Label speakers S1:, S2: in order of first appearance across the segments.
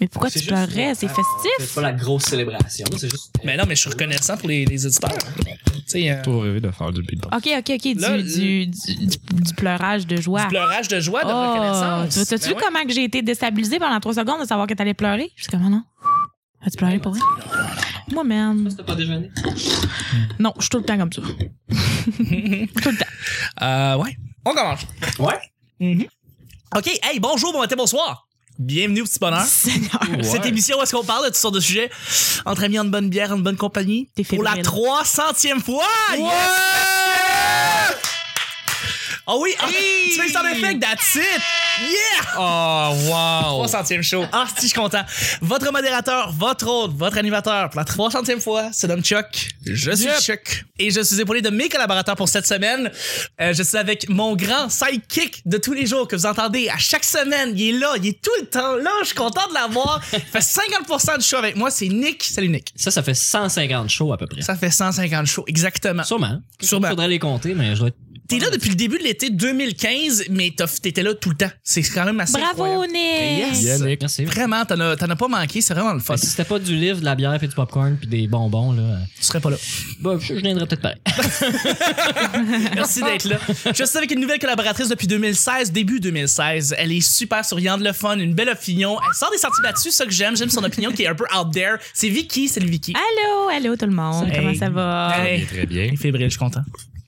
S1: Mais pourquoi tu pleurais?
S2: Ah,
S1: C'est
S3: C'est
S1: festif.
S3: pas la grosse célébration, c'est juste. euh,
S2: Mais non, mais je suis reconnaissant pour les, les auditeurs. Tu sais, euh,
S4: Trop rêvé de faire du beatbox.
S1: Ok, ok, ok. Du,
S2: Là,
S1: du, du, du- du pleurage de joie.
S2: du pleurage de joie, de
S1: Oh,
S2: reconnaissance.
S1: tu as-tu
S2: Ben
S1: vu
S2: ouais.
S1: comment que j'ai été déstabilisée pendant trois secondes de savoir que t'allais pleurer? Je suis comme, Ah non. As-tu pleuré pour vrai? Moi-même.
S3: T'as pas déjeuné?
S1: Non, je suis tout le temps comme ça.
S2: Euh, ouais. On commence.
S3: Ouais.
S2: Mhm. OK. Hey, bonjour, bon matin, bonsoir. Bienvenue au petit bonheur.
S1: Seigneur.
S2: Cette émission où est-ce qu'on parle de toutes sortes de sujets entre amis, en bonne bière, en bonne compagnie.
S1: T'es
S2: Pour la
S1: fébrile.
S2: 300e fois! Yes! Oh oui! ah, Tu fais sound effect, that's it! Yeah!
S4: Oh, wow!
S2: 300e show. Ah, si, je suis content. Votre modérateur, votre hôte, votre animateur pour la 300e fois se nomme Chuck. Je suis
S4: Yep.
S2: Chuck. Et je suis épaulé de mes collaborateurs pour cette semaine. Euh, je suis avec mon grand sidekick de tous les jours que vous entendez à chaque semaine. Il est là, il est tout le temps là. Je suis content de l'avoir. Il fait 50% du show avec moi. C'est Nick. Salut Nick.
S3: Ça, ça fait 150 shows à peu près.
S2: Ça fait 150 shows, exactement.
S3: Sûrement.
S2: Sûrement.
S3: Faudrait les compter, mais je dois être-
S2: T'es là depuis le début de l'été 2015, mais t'as- t'étais là tout le temps. C'est quand même assez
S1: Bravo,
S2: incroyable.
S1: Nick!
S2: Yes.
S4: Yannick.
S3: Merci.
S2: Vraiment, t'en as, t'en as pas manqué, c'est vraiment le fun.
S3: Fait que Si c'était pas du livre, de la bière, puis du popcorn, puis des bonbons, là, euh,
S2: Tu serais pas là.
S3: bah, je, je viendrais peut-être pareil.
S2: Merci d'être là. Je suis avec une nouvelle collaboratrice depuis 2016, début 2016. Elle est super souriante, le fun, une belle opinion. Elle sort des sorties là-dessus, ça que j'aime. J'aime son opinion qui est un peu out there. C'est Vicky, c'est le Vicky.
S1: Allô, allô tout le monde.
S2: Salut.
S1: Comment ça va?
S2: Hey.
S4: Très bien.
S2: Elle est fébrile, je suis content.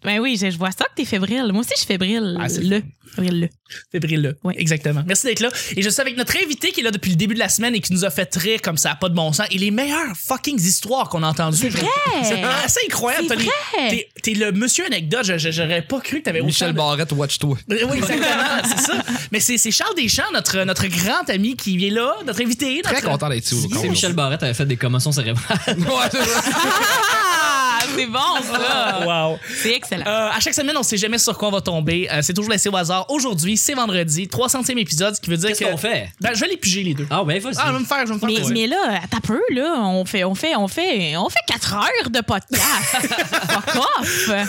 S1: Ben oui, je, je vois ça que t'es fébrile. Moi aussi, je suis fébrile.
S2: Ah, c'est
S1: le. Fébrile, le.
S2: Fébrile, là.
S1: Oui.
S2: Exactement. Merci d'être là. Et je suis avec notre invité qui est là depuis le début de la semaine et qui nous a fait rire comme ça, pas de bon sens. Et les meilleures fucking histoires qu'on a entendues. C'est vrai! C'est assez incroyable.
S1: C'est
S2: T'as les-
S1: vrai.
S2: t'es- T'es le monsieur anecdote. Je- je- J'aurais pas cru que t'avais
S4: Michel
S2: autant de-
S4: Barrette, watch-toi.
S2: Euh, Oui, exactement, c'est ça. Mais c'est c'est Charles Deschamps, notre, notre grand ami qui vient là, notre invité.
S4: Très
S2: notre-
S4: content d'être ici
S3: Tu sais,
S4: aujourd'hui.
S3: Michel Barrette avait fait des commotions cérébrales.
S4: Ouais, c'est vrai.
S1: Ah, c'est bon, ça.
S2: Ah, Wow.
S1: C'est excellent.
S2: Euh, à chaque semaine, on sait jamais sur quoi on va tomber. Euh, c'est toujours laissé au hasard. Aujourd'hui, c'est vendredi, 300e épisode, ce qui veut dire
S3: Qu'est-ce
S2: que-
S3: qu'on fait?
S2: Ben, je vais les piger les deux.
S3: Ah, ben, vas-y.
S2: Ah, je vais me faire, je vais me faire.
S1: Mais,
S2: plaisir.
S1: mais là, à peu, là, on fait, on fait, on fait, on fait quatre heures de podcast. Fuck off!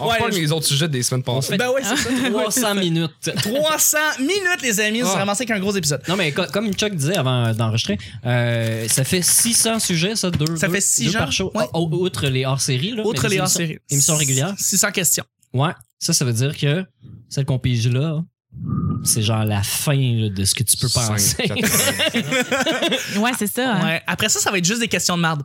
S4: On
S2: Ouais,
S4: parle
S2: je-
S4: les autres sujets des semaines passées.
S2: Ben ouais, c'est
S3: Ah.
S2: ça.
S3: 300 minutes.
S2: 300 minutes, les amis. On s'est
S4: Ah.
S2: ramassé avec un gros épisode.
S3: Non, mais co- comme Chuck disait avant euh, d'enregistrer, euh, ça fait 600 sujets, ça, deux,
S2: Ça
S3: deux-
S2: fait six
S3: deux
S2: gens,
S3: par show.
S2: ouais.
S3: O- Outre les hors-séries, là.
S2: Outre
S3: mais
S2: les
S3: émissions-
S2: hors séries.
S3: Émissions régulières.
S2: 600 questions.
S3: Ouais. Ça, ça veut dire que celle qu'on pige là, c'est genre la fin là, de ce que tu peux penser.
S1: Ouais, c'est ça. hein.
S2: Ouais. Après ça, ça va être juste des questions de marde.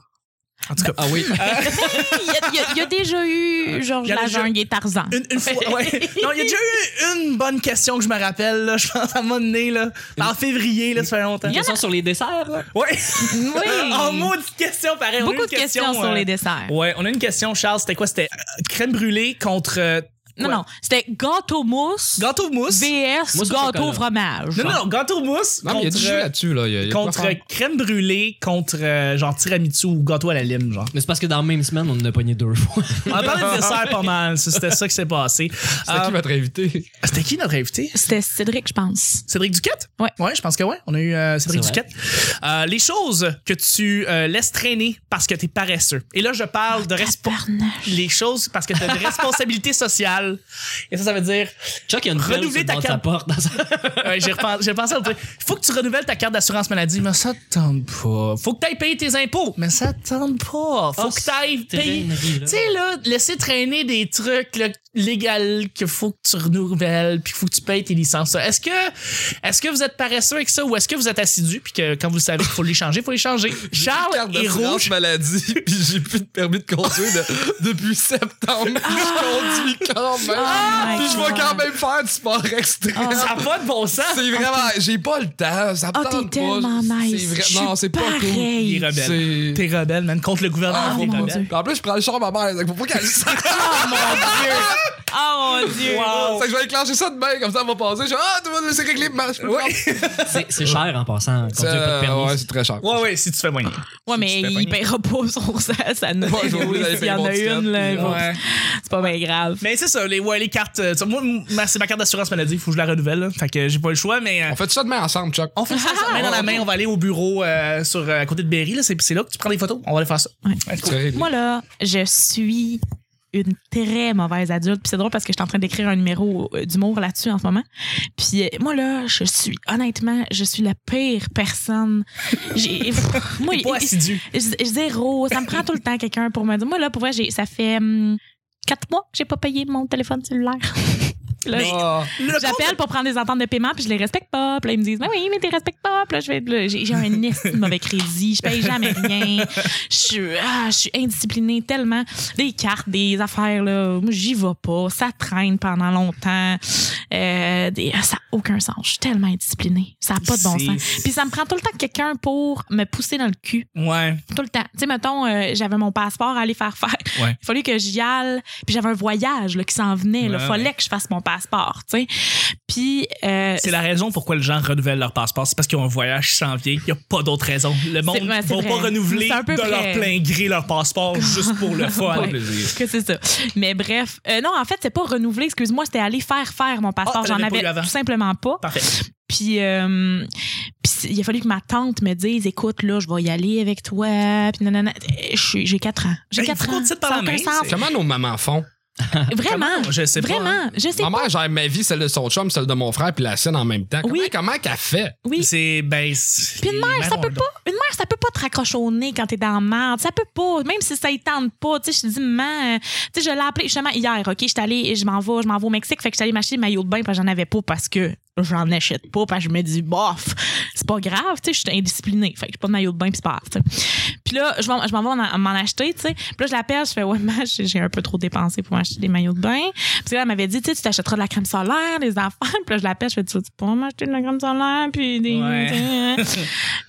S2: En tout cas.
S3: ah oui.
S1: Il y, a- il y a- il y a déjà eu Georges
S2: Il y en a
S1: la
S2: déjà-
S1: jungle et Tarzan.
S2: Une, une fois, ouais. Non, il y a déjà eu une bonne question que je me rappelle, là, je pense, à un moment donné, là. En février, là, ça fait longtemps.
S3: Une question sur les desserts, là.
S2: Ouais.
S1: Oui.
S2: en mode question, pareil. on a
S1: Beaucoup
S2: une
S1: de questions
S2: question,
S1: sur
S2: euh,
S1: les desserts.
S2: Ouais, on a une question, Charles. C'était quoi? C'était euh, crème brûlée contre euh,
S1: Non,
S2: ouais.
S1: non, c'était gâteau mousse,
S2: gâteau mousse.
S1: VS,
S3: Mousse au
S1: gâteau
S3: chocolat.
S1: fromage.
S2: Non, non, non, gâteau mousse
S4: Non, mais il y a du jeu
S2: contre, euh,
S4: là-dessus, là. Il y a- il y a
S2: contre euh,
S4: quoi faire.
S2: crème brûlée contre euh, genre tiramisu ou gâteau à la lime, genre.
S3: Mais c'est parce que dans la même semaine, on en a pogné deux fois.
S2: On a parlé de dessert pas mal, ça, c'était ça qui s'est passé.
S4: C'était
S2: Euh,
S4: qui votre invité?
S2: C'était qui notre invité?
S1: C'était Cédric, je pense.
S2: Cédric Duquette?
S1: Ouais.
S2: Ouais, je pense que ouais. On a eu euh, Cédric
S3: C'est vrai.
S2: Duquette. Euh, les choses que tu euh, laisses traîner parce que t'es paresseux. Et là, je parle
S3: Ah,
S2: de respo-
S1: Tabarnouche.
S2: les choses parce que t'as une responsabilité sociale. Et ça, ça veut dire,
S3: Chuck, il y a une
S2: Renouveler
S3: belle
S2: ta
S3: ta,
S2: carte.
S3: ta porte. Dans sa...
S2: ouais, j'ai repen- j'ai pensé à autre chose. Faut que tu renouvelles ta carte d'assurance maladie, mais ça te tente pas. Faut que t'ailles payer tes impôts, mais ça te tente pas. Faut
S3: Ah,
S2: que t'ailles
S3: c'est
S2: payer.
S3: traînerie, là.
S2: Tu sais, là, laisser traîner des trucs là, légaux qu'il faut que tu renouvelles, puis qu'il faut que tu payes tes licences. ça. Est-ce que, est-ce que vous êtes paresseux avec ça ou est-ce que vous êtes assidu, puis que quand vous le savez qu'il faut les changer, faut les changer? Charles est rouge.
S4: maladie, puis j'ai plus de permis de conduire de- depuis septembre. Je conduis quand même.
S1: Ah,
S4: puis je
S1: my
S4: vais
S1: God.
S4: quand même faire du sport extrême.
S2: Ça n'a pas de bon sens.
S4: C'est vraiment, j'ai pas le temps. Ça me
S1: Ah,
S4: tente
S1: t'es tellement
S4: pas.
S1: nice.
S4: C'est vrai-
S1: Je
S4: Non,
S1: suis
S4: c'est pas cool.
S1: pareil.
S2: Il est rebelle.
S4: C'est-
S2: T'es rebelle, man, contre le
S4: Ah,
S2: gouvernement.
S4: faut
S2: t'es
S4: pas-
S1: Oh, mon
S2: rebelle.
S1: Dieu.
S4: En plus, je prends le char à ma mère. donc Faut pas qu'elle le sache.
S2: Ah,
S1: Oh mon Dieu!
S4: Ah, Fait que je vais déclencher ça demain, comme ça, elle va passer. Je vais, ah, tout le monde, c'est réglé, mais je peux le prendre.
S3: C'est- C'est cher en passant. Quand tu
S4: C'est-
S3: n'as pas de permis.
S4: Ouais, c'est très cher.
S2: Ouais, ouais, si tu fais moyen.
S1: Ouais, mais
S2: fais
S1: il
S2: pogner.
S1: paiera pas son ça, ça ne
S4: Moi, je vais
S1: Oui,
S4: aller
S1: S'il
S4: payer
S1: y en
S4: mon
S1: a
S4: ticket,
S1: une, là,
S4: puis-
S1: il va-
S2: Ouais.
S1: c'est pas bien grave.
S2: Mais c'est ça, les, ouais, les cartes. euh, tu sais, moi, m- ma- c'est ma carte d'assurance maladie, il faut que je la renouvelle. là. Fait que euh, j'ai pas le choix, mais. euh,
S4: On fait ça demain ensemble, Chuck.
S2: on fait ça, ça, main dans la main, on va aller au bureau euh, sur, euh, à côté de Berry. là, C'est c'est là que tu prends des photos. On va aller faire ça.
S1: Ouais.
S2: Ouais, c'est cool.
S4: C'est réglé.
S1: Moi, là, je suis une très mauvaise adulte. Puis c'est drôle parce que je suis en train d'écrire un numéro euh, d'humour là-dessus en ce moment. Puis euh, moi, là, je suis, honnêtement, je suis la pire personne. J'ai- moi,
S2: Pas assidu.
S1: Z- Zéro. Ça me prend tout le temps quelqu'un pour me dire. Moi, là, pour vrai, j'ai- ça fait hum, quatre mois que j'ai pas payé mon téléphone cellulaire. Là,
S2: Mais-
S4: Ah,
S2: Le
S1: J'appelle pour prendre des ententes de paiement, puis je les respecte pas. Puis là, ils me disent, mais oui, mais tu les respectes pas. Puis là, je vais, là, j'ai j'ai un estime mauvais crédit, je paye jamais rien. Je suis, ah, je suis indisciplinée tellement. Des cartes, des affaires, là, moi, j'y vais pas. Ça traîne pendant longtemps. Euh, des- ah, ça n'a aucun sens. Je suis tellement indisciplinée. Ça n'a pas de bon
S2: C'est-
S1: sens. Puis ça me prend tout le temps quelqu'un pour me pousser dans le cul
S2: Ouais.
S1: tout le temps. Tu sais, mettons, euh, j'avais mon passeport à aller faire faire.
S2: Ouais.
S1: Il fallait que j'y aille. Puis j'avais un voyage là, qui s'en venait. Il
S2: Ouais,
S1: fallait
S2: ouais.
S1: que je fasse mon passeport. tu sais. Puis. euh,
S2: C'est la raison pourquoi les gens renouvellent leur passeport. C'est parce qu'ils ont un voyage sans vient. Il n'y a pas d'autre raison. Le monde
S1: ouais,
S2: ne
S1: c'est
S2: va
S1: vrai.
S2: pas renouveler
S1: C'est un peu
S2: de
S1: vrai.
S2: leur plein gré leur passeport juste pour le fun.
S1: Ouais.
S4: pas plaisir.
S1: que c'est ça. Mais bref, euh, non, en fait, c'est pas renouveler, excuse-moi, c'était aller faire faire mon passeport.
S2: Ah, t'en
S1: J'en
S2: avais pas
S1: avais
S2: eu avant.
S1: tout simplement pas.
S2: Parfait.
S1: Puis, euh, puis c'est- il a fallu que ma tante me dise écoute, là, je vais y aller avec toi. Puis, nanana. Euh, je suis- J'ai 4 ans. J'ai
S2: Ben, il
S1: 4
S2: faut
S1: ans.
S2: qu'on tire par la
S1: Ça a aucun
S2: main,
S1: sens.
S4: Comment nos mamans font?
S1: Vraiment.
S2: Comment? Je sais pas. hein.
S1: Vraiment. Je sais
S4: Ma mère gère ma vie, celle de son chum, celle de mon frère, puis la sienne en même temps. Comment,
S1: Oui.
S4: comment qu'elle fait?
S1: Oui.
S2: C'est. Ben. c'est-
S1: Puis une mère, ça peut pas. Une mère, ça peut pas te raccrocher au nez quand t'es dans la merde. Ça peut pas. Même si ça y tente pas. Tu sais, je te dis, maman, euh, tu sais, je l'ai appelé justement hier, OK? Je suis allée, je m'en vais, je m'en vais au Mexique. Fait que je suis allée m'acheter des maillots de bain parce que j'en avais pas parce que j'en achète pas parce que je me dis, bof, c'est pas grave. Tu sais, je suis indisciplinée. Fait que j'ai pas de maillot de bain, puis c'est pas grave. tu sais. Puis là, je m'en je m'en vais en- m'en acheter, tu sais. Puis là, je l'appelle, je fais, ouais, maman, j'ai j'ai un peu trop dépensé pour m'acheter des maillots de bain. Parce que là, elle m'avait dit, tu sais, tu t'achèteras de la crème solaire, des enfants. Puis là, je l'appelle, je fais, tu vas pas m'acheter de la crème solaire, puis des.
S2: Ouais.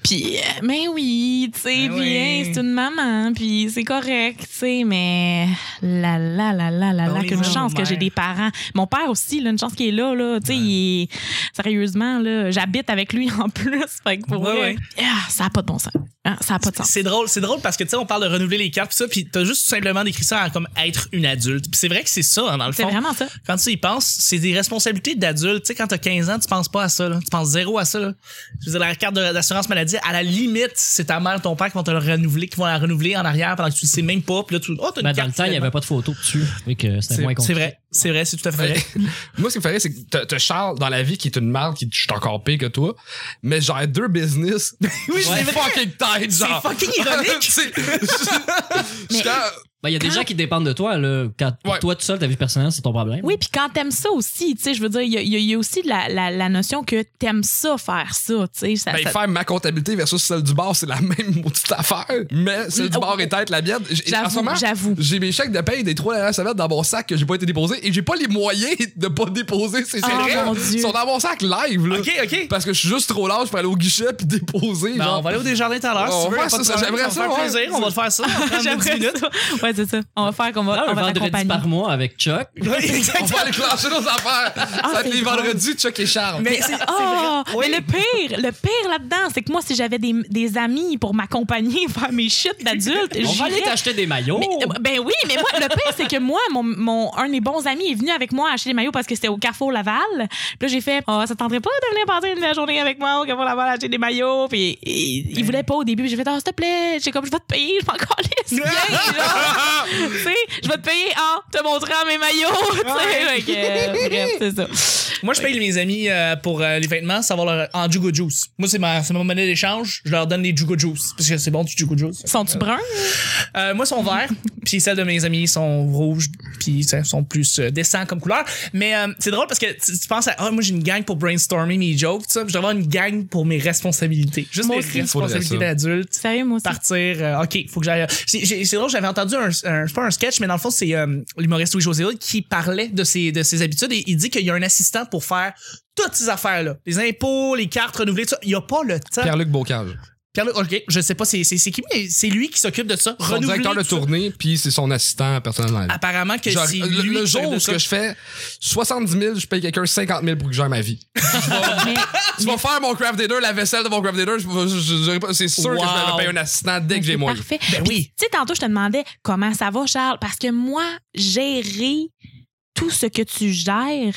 S1: Puis, euh, mais oui, tu sais,
S2: Ben
S1: puis,
S2: oui.
S1: hein, c'est une maman, puis c'est correct, tu sais, mais la la la la la
S2: Ben, on
S1: la,
S2: les
S1: qu'une
S2: aime,
S1: chance
S2: nos
S1: que j'ai
S2: mères.
S1: des parents. Mon père aussi, là, une chance qu'il est là, là, tu sais, il est- sérieusement, là, j'habite avec lui en plus, fait que pour
S2: Ouais,
S1: vrai,
S2: ouais.
S1: ah, ça n'a pas de bon sens. Ah, ça n'a pas de sens.
S2: C'est drôle, c'est drôle parce que tu sais on parle de renouveler les cartes pis ça puis t'as juste tout simplement décrit ça en comme être une adulte. Puis c'est vrai que c'est ça hein, dans le
S1: C'est
S2: fond.
S1: vraiment ça.
S2: Quand tu y penses, c'est des responsabilités d'adulte. Tu sais quand t'as 15 ans, tu penses pas à ça là. tu penses zéro à ça là. Je veux dire la carte de- d'assurance maladie à la limite, c'est ta mère, ton père qui vont te le renouveler, qui vont la renouveler en arrière pendant que tu le sais même pas. Puis là tu oh t'as une
S3: Mais Ben, dans
S2: carte,
S3: le temps, il n'y
S2: finalement.
S3: avait pas de photo dessus. Fait que C'était moins
S2: C'est
S3: compliqué.
S2: c'est vrai, c'est vrai, c'est tout à fait vrai.
S4: Moi, ce qui me ferait, c'est que t'as- t'as Charles dans la vie qui est une marde, qui je suis encore pire que toi, mais j'ai deux business. oui,
S2: c'est vrai.
S4: fucking tête, genre.
S2: C'est fucking ironique.
S4: C'est- je-
S1: Mais-
S4: je-
S3: Ben, Il y a des gens qui dépendent de toi. Là. Quand pour
S4: Ouais.
S3: toi tout seul, ta vie personnelle, c'est ton problème.
S1: Oui, puis quand t'aimes ça aussi, tu sais, je veux dire, il y a- il y, a- il y a aussi la, la, la notion que t'aimes ça faire ça, tu sais. ça-
S4: Ben,
S1: ça-
S4: faire ma comptabilité versus celle du bar, c'est la même maudite affaire, mais celle du
S1: Oh,
S4: bar
S1: oh.
S4: est peut-être la mienne. J- en ce
S1: J'avoue,
S4: moment,
S1: j'avoue.
S4: j'ai mes chèques de paye des trois dernières semaines dans mon sac que j'ai pas été déposé et j'ai pas les moyens de pas déposer ces
S1: Oh,
S4: chèques.
S1: mon Dieu.
S4: Ils sont dans mon sac live, là.
S2: OK, OK.
S4: Parce que je suis juste trop large pour aller au guichet puis déposer.
S2: Ben,
S4: genre.
S2: on va aller au Desjardins tout à l'heure.
S4: On
S2: si tu
S4: va
S2: veux, y a
S4: faire
S2: pas de
S4: ça,
S2: problème.
S4: j'aimerais
S2: va
S4: ça,
S2: faire
S4: ouais.
S2: plaisir, on va le faire ça. On va prendre 10
S1: J'aimerais
S2: minutes.
S1: ça. Ouais, c'est ça. On va faire qu'on va,
S3: Ah,
S1: on
S3: un
S1: va
S3: vendredi
S1: t'accompagner.
S3: par mois avec Chuck.
S4: On va aller clencher nos affaires. ça va être
S1: Ah, c'est
S4: les
S1: drôle.
S4: vendredis, Chuck et Charles.
S2: Mais c'est
S4: Ah,
S1: Oh,
S2: c'est vrai. Oui.
S1: mais le pire, le pire là-dedans, c'est que moi, si j'avais des, des amis pour m'accompagner faire mes shit d'adulte,
S3: On va aller
S1: j'irais.
S3: t'acheter des maillots.
S1: Mais, euh, ben oui, mais moi, le pire, c'est que moi, mon, mon- un de mes bons amis est venu avec moi acheter des maillots parce que c'était au Carrefour Laval. Puis là, j'ai fait, oh, ça te tenterait pas de venir passer une journée avec moi au Carrefour Laval acheter des maillots. Puis il, il voulait pas au début. Puis j'ai fait, oh, s'il te plaît, j'ai comme, je vais te payer, je m'en calisse. Viens, genre. Tu sais, je vais te payer en te montrant mes maillots. Tu sais, fait que, euh, bref, c'est ça.
S2: Moi, je paye mes amis euh, pour euh, les vêtements, savoir leur... en Jugo Juice. Moi, c'est ma, c'est ma monnaie d'échange. Je leur donne les Jugo Juice parce que c'est bon du Jugo Juice.
S1: Sont-tu bruns?
S2: Euh, moi, ils sont verts, puis celles de mes amis sont rouges, puis ça, sont plus euh, décents comme couleur. Mais euh, c'est drôle parce que tu, tu penses à ah moi j'ai une gang pour brainstormer mes jokes, tout ça. puis Je dois avoir une gang pour mes responsabilités, juste
S1: Moi
S2: mes
S1: aussi. Faudrait
S2: responsabilités
S4: ça.
S2: d'adulte
S1: Sérieux, moi aussi.
S2: partir. euh, ok, faut que j'aille. C'est- j'ai- C'est drôle, j'avais entendu un, un- c'est pas un sketch, mais dans le fond, c'est euh, l'humoriste Louis José Hood qui parlait de ses, de ses habitudes et il dit qu'il y a un assistant pour faire toutes ces affaires-là. Les impôts, les cartes renouvelées, tout ça. Il n'y a pas le temps.
S4: Pierre-Luc Bocage.
S2: Pierre-Luc, ok, je sais pas c'est c'est- c'est qui, mais c'est lui qui s'occupe de ça.
S4: Son
S2: Renouveler
S4: directeur de
S2: tout ça.
S4: tournée, puis c'est son assistant personnel. dans la vie.
S2: Apparemment que
S4: Genre,
S2: c'est
S4: le,
S2: lui
S4: le
S2: qui
S4: jour
S2: s'occupe de
S4: où
S2: ça.
S4: ce que je fais 70 000, je paye quelqu'un 50 000 pour que j'aille ma vie.
S1: Mais-
S4: Tu vas faire mon craft dinner, la vaisselle de mon craft dinner, je- je- je- je- c'est sûr que je
S2: Wow.
S4: vais payer un assistant dès que j'ai
S1: C'est
S4: moyen.
S1: Parfait.
S2: Ben
S1: Puis,
S2: oui.
S1: Tu sais, tantôt, je te demandais comment ça va, Charles, parce que moi, gérer tout ce que tu gères,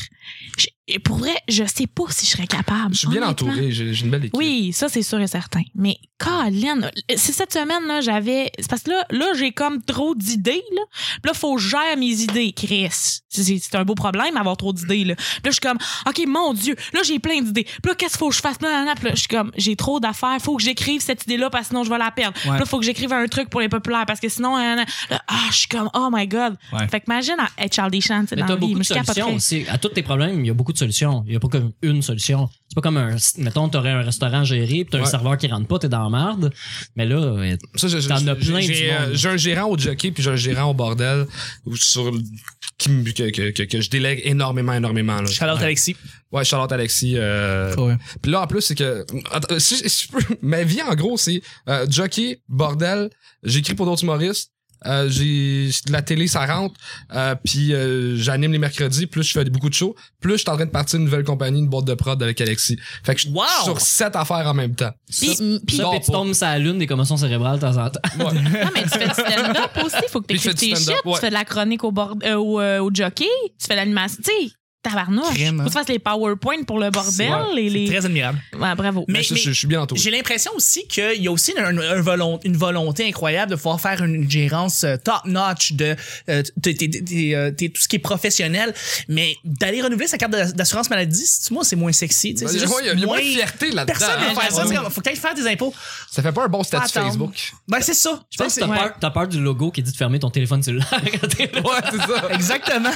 S1: je- Et pour vrai, je sais pas si je serais capable.
S4: Je suis bien
S1: honnêtement.
S4: entouré, j'ai j'ai une belle équipe.
S1: Oui, ça, c'est sûr et certain. Mais, Colin, c'est cette semaine, là, j'avais. C'est parce que là, là j'ai comme trop d'idées, là. Puis là, faut que je gère mes idées, Chris. C'est- C'est c'est un beau problème, avoir trop d'idées, là. Puis là, je suis comme, OK, mon Dieu, là, j'ai plein d'idées. Puis là, qu'est-ce qu'il faut que je fasse? Puis là, je suis comme, j'ai trop d'affaires, faut que j'écrive cette idée-là, parce que sinon, je vais la perdre. Puis là, faut que j'écrive un truc pour les populaires, parce que sinon, nanana. Là, ah, je suis comme, oh my God.
S3: Ouais.
S1: Fait que imagine être Charles Deschamps, tu sais,
S3: Mais
S1: dans
S3: t'as
S1: la vie.
S3: beaucoup
S1: Moi,
S3: de
S1: je capoterais.
S3: solutions aussi. À tous tes problèmes, il y a beaucoup de solutions. Il n'y a pas comme une solution. C'est pas comme un. Mettons, t'aurais un restaurant géré, puis t'as un
S4: Ouais.
S3: serveur qui rentre pas, t'es dans la merde. Mais là, euh,
S4: Ça, je- je-
S3: T'en as plein
S4: j'ai-
S3: du
S4: j'ai, euh,
S3: monde.
S4: J'ai un gérant au jockey puis j'ai un gérant au bordel ou sur qui me- que, que, que, que je délègue énormément, énormément. Là.
S2: Charlotte
S4: ouais.
S2: Alexis.
S4: Ouais, Charlotte Alexis. euh, Puis là, en plus, c'est que. Attends, si- si je peux- ma vie, en gros, c'est euh, jockey, bordel. J'écris pour d'autres humoristes. euh, j'ai de la télé, ça rentre. euh, puis euh, j'anime les mercredis. Plus je fais beaucoup de shows. Plus je suis en train de partir une nouvelle compagnie, une boîte de prod avec Alexis. Fait que je suis
S2: Wow!
S4: sur sept affaires en même temps.
S1: Puis-
S3: ça,
S1: puis-
S3: ça,
S4: Non,
S3: puis tu
S4: pas.
S3: tombes sur la lune des commotions cérébrales de temps en temps.
S1: Non, mais tu fais du stand-up aussi. Faut que tu
S4: Il fait
S1: écrives
S4: du
S1: tes shit.
S4: stand-up, ouais.
S1: Tu fais de la chronique au, bord, euh, au, euh, au jockey. Tu fais de l'animation. Tu sais, tabarnouche.
S2: Crème, hein.
S1: Faut que tu fasses les PowerPoint pour le bordel.
S4: Ouais,
S1: et
S2: C'est
S1: les...
S2: très admirable.
S1: Ouais, bravo.
S2: Mais-
S4: Mais, je, je- je suis bien entouré.
S2: J'ai l'impression aussi qu'il y a aussi un- un volon- une volonté incroyable de pouvoir faire une gérance euh, top-notch de euh, t'es- t'es- t'es- t'es, euh, t'es tout ce qui est professionnel, mais d'aller renouveler sa carte d'a- d'assurance maladie, si moi, c'est moins sexy. tu sais,
S4: Ben,
S2: c'est
S4: ouais,
S2: juste
S4: il y a- il y a moins de
S2: moins-
S4: fierté là-dedans.
S2: Personne ne
S4: hein.
S2: veut faire ça. c'est comme, Faut que t'ailles faire des impôts.
S4: Ça fait pas un bon statut
S2: Attends.
S4: Facebook.
S2: Ben, c'est ça.
S3: Je pense que
S2: Tu sais,
S3: t'as
S2: c'est-
S3: peur, t'as peur du logo qui dit de fermer ton téléphone cellulaire quand t'es là.
S4: Ouais, c'est ça.
S2: Exactement.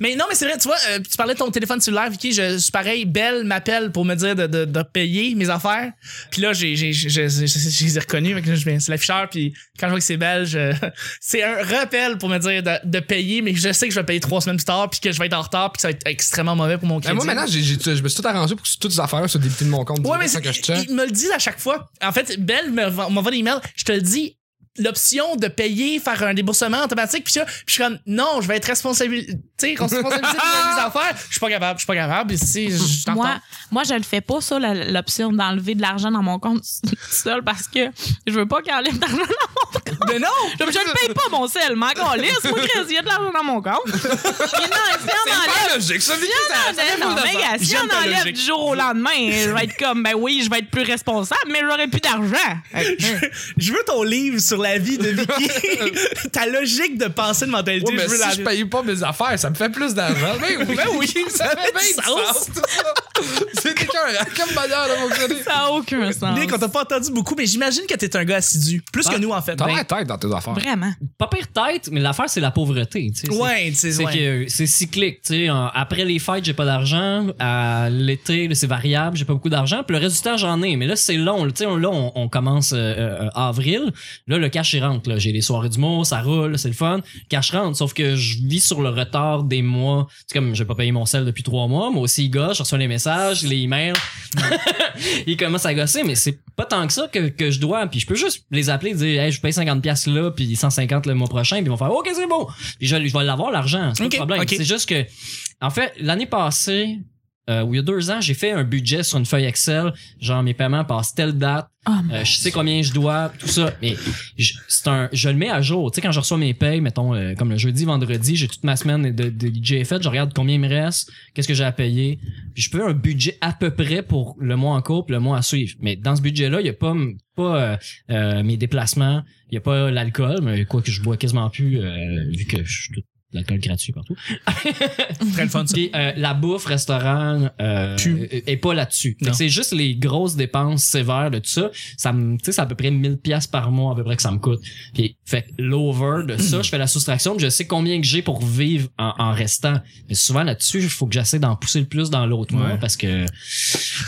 S2: Mais non, mais c'est vrai, tu vois, euh, tu parlais de ton téléphone cellulaire, Vicky, je suis pareil, Belle m'appelle pour me dire de, de, de payer mes affaires. Puis là, j'ai, j'ai, j'ai, j'ai, j'ai- je les ai reconnus, fait que là, je viens- c'est l'afficheur, puis quand je vois que c'est Belle, je- c'est un rappel pour me dire de, de payer, mais je sais que je vais payer trois semaines plus tard, puis que je vais être en retard, puis que ça va être extrêmement mauvais pour mon
S4: Ben,
S2: crédit.
S4: moi, maintenant, j'ai- j'ai- je me suis tout arrangé pour que toutes les affaires soient débitées de mon compte.
S2: Ouais,
S4: direct
S2: mais
S4: sans
S2: c'est-
S4: que je check.
S2: ils me le disent à chaque fois. En fait, Belle me- m'envoie des emails, je te le dis, l'option de payer, faire un déboursement automatique, puis ça, puis je suis comme, non, je vais être responsable, tu sais, responsabilisé de mes affaires. Je suis pas capable, je suis pas capable, puis si, je je t'entends.
S1: Moi, moi, je le fais pas, ça, la- l'option d'enlever de l'argent dans mon compte seul parce que je veux pas qu'il enlève d'argent dans mon compte.
S2: Mais non!
S1: Je, je le paye pas, mon sel. Ma calisse, moi, Chris, il y a de l'argent dans mon compte. Mais non, si on enlève.
S4: pas logique, ça. Vicky, ça- ça fait
S1: Non, non,
S4: pas de
S1: mais
S4: sens.
S1: gars, si
S2: J'aime
S1: on
S2: ta
S1: enlève
S2: logique.
S1: du jour au lendemain, je vais être comme, ben oui, je vais être plus responsable, mais j'aurai plus d'argent.
S2: Je veux ton livre sur la vie de Vicky. Ta logique de penser de mentalité,
S4: Ouais, mais
S2: je veux la
S4: si je paye pas mes affaires, ça me fait plus d'argent. Ben oui,
S2: Ben oui,
S4: ça fait bien du sens, tout ça. C'est quelqu'un, comme bonheur de mon côté.
S1: Ça n'a aucun sens.
S2: Nick, on t'a pas entendu beaucoup, mais j'imagine que t'es un gars assidu. Plus que nous, en fait.
S4: Ah. T'as
S2: Ben,
S4: l'air tête dans tes affaires.
S1: Vraiment.
S3: Pas pire tête, mais l'affaire, c'est la pauvreté. tu sais. C'est-
S2: ouais, tu sais,
S3: C'est
S2: ouais.
S3: que c'est cyclique, tu sais. en- Après les fêtes, j'ai pas d'argent. À l'été, là, c'est variable, j'ai pas beaucoup d'argent. Puis le reste du temps, j'en ai. Mais là, c'est long. Tu sais, on- là, on, on commence euh, euh, avril. Là, le cash il rentre. là. J'ai les soirées du mot, ça roule, c'est le fun. Cash rentre. Sauf que je vis sur le retard des mois. C'est comme, j'ai pas payé mon sel depuis trois mois. Moi aussi, il gosse. Je reçois les messages, les emails. il commence à gosser, mais c'est pas tant que ça que, que je dois. Puis je peux juste les appeler et dire, hey, je paye 50$ là, puis 150$ le mois prochain. Puis ils vont faire, OK, c'est bon. Puis je, je vais l'avoir, l'argent. C'est pas
S2: Ok,
S3: le problème.
S2: ok.
S3: C'est juste que, en fait, l'année passée, euh, ou il y a deux ans, j'ai fait un budget sur une feuille Excel. Genre, mes paiements passent telle date.
S1: Oh, mon
S3: Euh, je sais combien je dois, tout ça. Mais je, c'est un, je le mets à jour. Tu sais, quand je reçois mes payes, mettons, euh, comme le jeudi, vendredi, j'ai toute ma semaine de, de DJ faite. Je regarde combien il me reste, qu'est-ce que j'ai à payer. Puis je fais un budget à peu près pour le mois en cours puis le mois à suivre. Mais dans ce budget-là, il n'y a pas, m- pas euh, euh, mes déplacements, il n'y a pas l'alcool, mais quoi que je bois quasiment plus, euh, vu que je suis tout de l'alcool gratuit partout.
S2: Très le fun, ça.
S3: Puis euh, la bouffe, restaurant, euh,
S2: Pue.
S3: est est pas là-dessus. Fait que
S2: Non.
S3: C'est juste les grosses dépenses sévères de tout ça. Ça me, tu sais, c'est à peu près 1000 pièces par mois à peu près que ça me coûte. Puis fait que l'over de ça, je fais la soustraction, puis je sais combien que j'ai pour vivre en, en restant. Mais souvent là-dessus, il faut que j'essaie d'en pousser le plus dans l'autre mois
S2: Ouais.
S3: parce que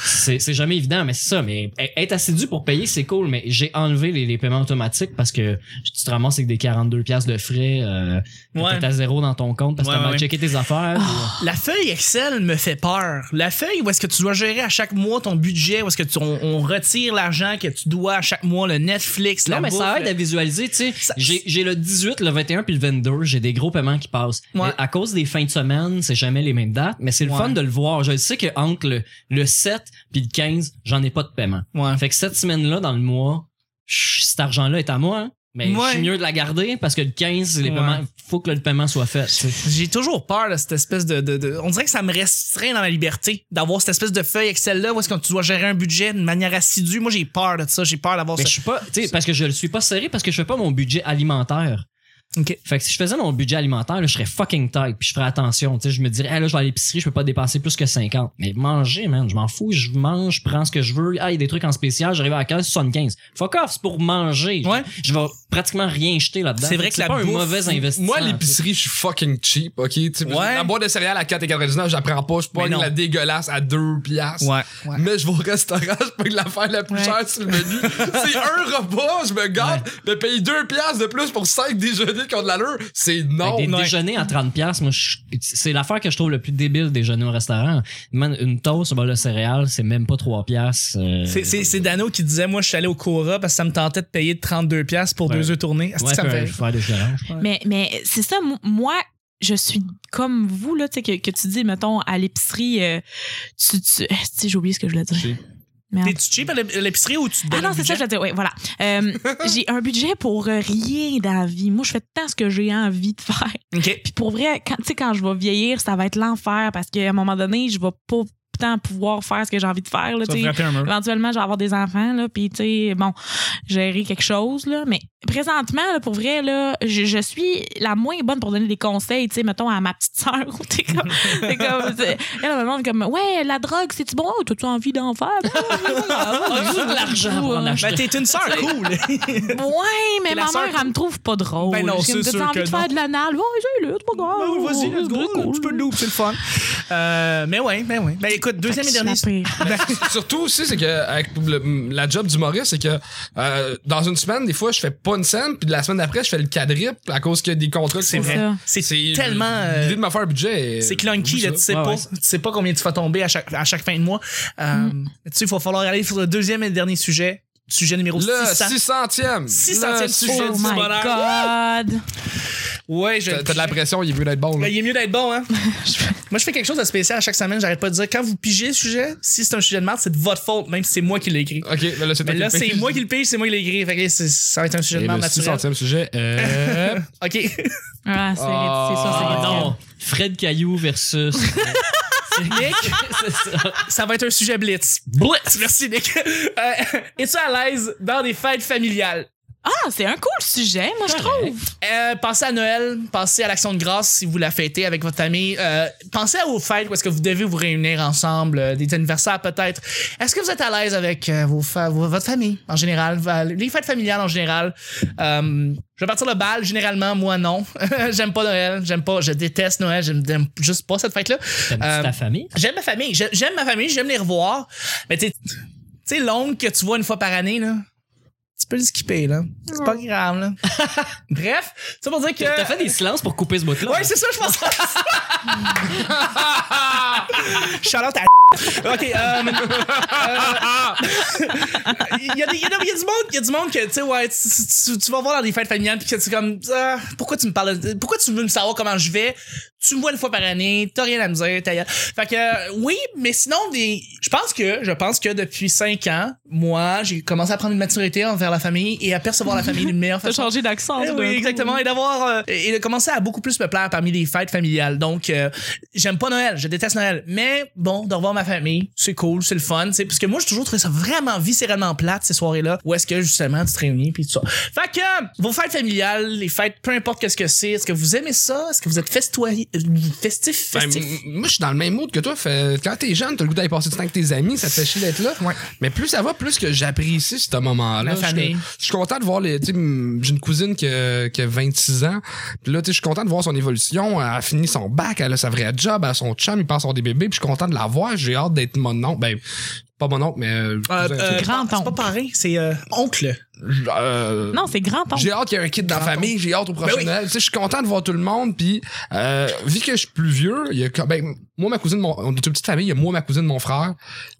S3: c'est c'est jamais évident. Mais c'est ça. Mais e-, être assidu pour payer, c'est cool. Mais j'ai enlevé les, les paiements automatiques parce que tu te ramasses avec des 42 pièces de frais. Euh, que
S2: Ouais.
S3: T'as zéro dans ton compte parce que
S2: Ouais,
S3: t'as mal
S2: ouais.
S3: checké tes affaires. puis-
S2: La feuille Excel me fait peur. La feuille où est-ce que tu dois gérer à chaque mois ton budget, où est-ce que tu, on, on retire l'argent que tu dois à chaque mois, le Netflix, la
S3: Non, mais ça
S2: bouffe,
S3: aide à visualiser, tu sais.
S2: Ça-
S3: J'ai j'ai le 18, le 21 puis le 22, j'ai des gros paiements qui passent.
S2: Ouais.
S3: Mais À cause des fins de semaine, c'est jamais les mêmes dates, mais c'est le
S2: Ouais.
S3: fun de le voir. Je sais que entre le, le 7 puis le 15, j'en ai pas de paiement.
S2: Ouais.
S3: Fait que cette semaine-là, dans le mois, je- cet argent-là est à moi, hein, Mais
S2: Ouais.
S3: je suis mieux de la garder parce que le 15, les
S2: Ouais.
S3: paiements, faut que le paiement soit fait. tu sais.
S2: J'ai toujours peur de cette espèce de, de- de- On dirait que ça me restreint dans ma liberté d'avoir cette espèce de feuille Excel-là où est-ce que tu dois gérer un budget de manière assidue. Moi, j'ai peur de ça. J'ai peur d'avoir
S3: Mais
S2: ça.
S3: je suis pas, tu sais, parce que je le suis pas serré parce que je fais pas mon budget alimentaire.
S2: Ok.
S3: Fait que si je faisais mon budget alimentaire, là, je serais fucking tight, puis je ferais attention. Tu sais, je me dirais, Ah, là, je vais à l'épicerie, je peux pas dépasser plus que 50. Mais manger, man, je m'en fous, je mange, je prends ce que je veux. Ah, il y a des trucs en spécial, j'arrive à 15, 75. Fuck off, c'est pour manger.
S2: Ouais.
S3: Je vais pratiquement rien jeter là-dedans.
S2: C'est vrai que la
S3: pas un
S2: bouffe-
S3: mauvais investissement.
S4: Moi,
S3: tu sais.
S4: l'épicerie, je suis fucking cheap, ok? Tu sais,
S2: Ouais.
S4: La boîte de céréales à 4,99, j'apprends pas. Je
S3: Mais
S4: pogne
S3: non.
S4: la dégueulasse à 2 piastres.
S2: Ouais.
S4: Mais je vais au restaurant, je paye l'affaire la plus
S2: Ouais.
S4: chère sur le menu. c'est un repas, je me gâte, de payer 2 piastres de plus pour 5 déjeuners qui ont de l'allure. C'est non.
S3: Fait que des
S2: oh, ouais.
S3: déjeuners à 30 pièces moi je- c'est l'affaire que je trouve le plus débile déjeuner au restaurant. Man, une toast, bah, le céréales, c'est même pas euh, 3 pièces
S2: C'est- C'est c'est Dano qui disait Moi, je suis allé au Cora parce que ça me tentait de payer 32$ pour
S3: Ouais.
S2: deux œufs tournés. Est-ce que ça me fait.
S3: faire des violents.
S1: Mais, mais c'est ça, mo- moi, je suis comme vous, là, tu sais, que, que tu dis, mettons, à l'épicerie, euh, tu. tu euh, tu sais, j'ai oublié ce que je voulais dire. Merde.
S2: T'es-tu cheap à l'ép- à l'épicerie ou tu te
S1: Ah
S2: donnes
S1: non,
S2: un
S1: c'est ça,
S2: budget?
S1: je veux dire, oui, voilà. Euh, j'ai un budget pour euh, rien dans la vie. Moi, je fais tant ce que j'ai envie de faire.
S2: Ok.
S1: Puis pour vrai, quand, tu sais, quand je vais vieillir, ça va être l'enfer parce qu'à un moment donné, je vais pas tant pouvoir faire ce que j'ai envie de faire. Là,
S2: Tu
S1: tu
S2: vas
S1: sais.
S2: frapper un mur.
S1: Éventuellement, je vais avoir des enfants, là, puis tu sais, bon, gérer quelque chose, là. Mais présentement, là, pour vrai, là, je, je suis la moins bonne pour donner des conseils, tu sais, mettons, à ma petite sœur. ou T'es comme, t'es comme, t'sais, elle, elle me demande comme, ouais, la drogue, c'est-tu bon? Oh, T'as-tu envie d'en faire?
S2: Ah,
S3: J'ai de l'argent pour en acheter.
S2: Ben, t'es une sœur cool.
S1: Ouais, mais
S2: T'es la
S1: ma
S2: sœur
S1: mère, elle me trouve pas drôle.
S2: Ben non,
S1: Je suis comme,
S2: c'est
S1: T'as-tu
S2: sûr
S1: envie
S2: que
S1: de
S2: non.
S1: faire de l'anal? Ouais, j'ai le, c'est pas grave.
S2: Ouais, vas-y, let's go.
S1: Oh, C'est cool.
S2: Tu peux le loup, c'est le fun. Euh, mais ouais, ben ouais. Ben écoute,
S1: Fait
S2: deuxième
S1: que
S2: et
S1: je suis
S2: dernier.
S1: la pire.
S4: Surtout aussi, c'est que avec le- la job d'humoriste, c'est que euh, dans une semaine, des fois, je fais pas une scène, puis la semaine d'après, je fais le quadruple à cause que des contrats. qui
S2: C'est
S4: sont-
S1: vrai.
S2: vrai.
S1: ça.
S2: C'est
S4: C'est
S2: tellement. euh,
S4: L'idée de me faire un budget.
S2: c'est clunky, là, tu sais
S3: Ouais,
S2: pas.
S3: ouais.
S2: Tu sais pas combien tu vas tomber à chaque, à chaque fin de mois. Euh, Tu sais, il va falloir aller sur le deuxième et dernier sujet. Sujet numéro
S4: Le
S2: 600.
S4: 600e.
S2: 600e
S4: Le
S2: sujet.
S1: Oh
S4: du
S1: my
S4: bonheur.
S1: God!
S2: Ouais, je.
S4: T'as t'as de la pression, il veut d'être bon.
S2: Ben,
S4: là.
S2: il est mieux d'être bon, hein? moi, je fais quelque chose de spécial à chaque semaine. J'arrête pas de dire, quand vous pigez le sujet, si c'est un sujet de merde, c'est de votre faute, même si c'est moi qui l'ai écrit.
S4: Ok, ben là, c'est
S2: Mais
S4: toi qui
S2: là,
S4: le fais.
S2: c'est moi qui le pige, c'est moi qui l'ai écrit. Fait que c'est- ça va être un sujet
S4: Et
S2: de
S4: le
S2: merde naturel.
S4: 600e sujet. euh,
S2: OK.
S1: Ah, c'est c'est ça,
S4: Ah,
S1: c'est
S3: Ah
S1: ridicule.
S3: non, Fred Caillou versus. C'est- c'est ça.
S2: ça va être un sujet blitz. Blitz! Merci, Nick. Euh, Es-tu à l'aise dans des fêtes familiales?
S1: Ah, c'est un cool sujet, moi, je trouve.
S2: Euh, pensez à Noël, pensez à l'Action de grâce si vous la fêtez avec votre famille. Euh, pensez aux fêtes où est-ce que vous devez vous réunir ensemble, euh, des anniversaires peut-être. Est-ce que vous êtes à l'aise avec euh, vos fa- vos- votre famille en général, va- les fêtes familiales en général? Euh, je vais partir le bal, généralement, moi non. j'aime pas Noël, j'aime pas, je déteste Noël, j'aime j'aime juste pas cette fête-là.
S3: T'aimes-tu
S2: Euh,
S3: ta famille?
S2: J'aime ma famille. J'ai- J'aime ma famille. J'aime les revoir. Mais tu sais- tu sais, l'oncle que tu vois une fois par année, là. Tu peux le skipper, là. C'est pas grave, là. Bref, ça pour dire que.
S3: T'as fait des silences pour couper ce bout-là?
S2: Ouais, c'est ça, je pense. Charlotte à OK, euh, euh, il y, a des- il y a des- il y a du monde, il y a du monde que tu sais ouais, tu, tu- tu vas voir dans des fêtes familiales puis que tu es comme Ah, pourquoi tu me parles de- pourquoi tu veux me savoir comment je vais Tu me vois une fois par année, t'as rien à me dire, ta gueule. Fait que euh, oui, mais sinon des je pense que je pense que depuis 5 ans, moi, j'ai commencé à prendre une maturité envers la famille et à percevoir la famille d'une meilleure
S1: T'as
S2: façon.
S1: changé d'accent.
S2: Eh
S1: tout d'un
S2: oui,
S1: coup.
S2: exactement. Et d'avoir. euh, et de commencer à beaucoup plus me plaire parmi les fêtes familiales. Donc, euh, j'aime pas Noël, je déteste Noël. Mais bon, de revoir ma famille, c'est cool, c'est le fun. c'est Parce que moi, j'ai toujours trouvé ça vraiment viscéralement plate, ces soirées-là, où est-ce que justement tu te réunis puis tout ça. Fait que euh, vos fêtes familiales, les fêtes, peu importe qu'est-ce que c'est, est-ce que vous aimez ça? Est-ce que vous êtes festoy... euh, festif,
S4: Ben,
S2: festif?
S4: m- moi, je suis dans le même mood que toi. Fait- quand t'es jeune, t'as le goût d'aller passer du temps avec tes amis, ça te fait chier d'être là.
S2: Ouais.
S4: Mais plus ça va, plus que j'apprécie ce moment-là.
S2: La
S4: Je suis-
S2: famille.
S4: Je suis content de voir les. tu sais, m- J'ai une cousine qui a, qui a 26 ans. Puis là, tu sais, je suis content de voir son évolution. Elle a fini son bac, elle a sa vraie job, elle a son chum, il passe avoir des bébés. Puis je suis content de la voir. J'ai hâte d'être mon oncle. Ben, pas mon oncle, mais. euh,
S2: Euh,
S4: cousin.
S2: euh,
S1: grand-oncle.
S2: C'est pas pareil, c'est euh, oncle.
S4: Je- euh,
S1: Non, c'est grand ton.
S4: J'ai hâte qu'il y ait un kid dans la famille, j'ai hâte au prochain
S2: Ben oui.
S4: Noël. Tu sais, Je suis content de voir tout le monde, puis euh, vu que je suis plus vieux, il y a quand- ben, moi, ma cousine, mon- on est une petite famille, il y a moi, ma cousine, mon frère,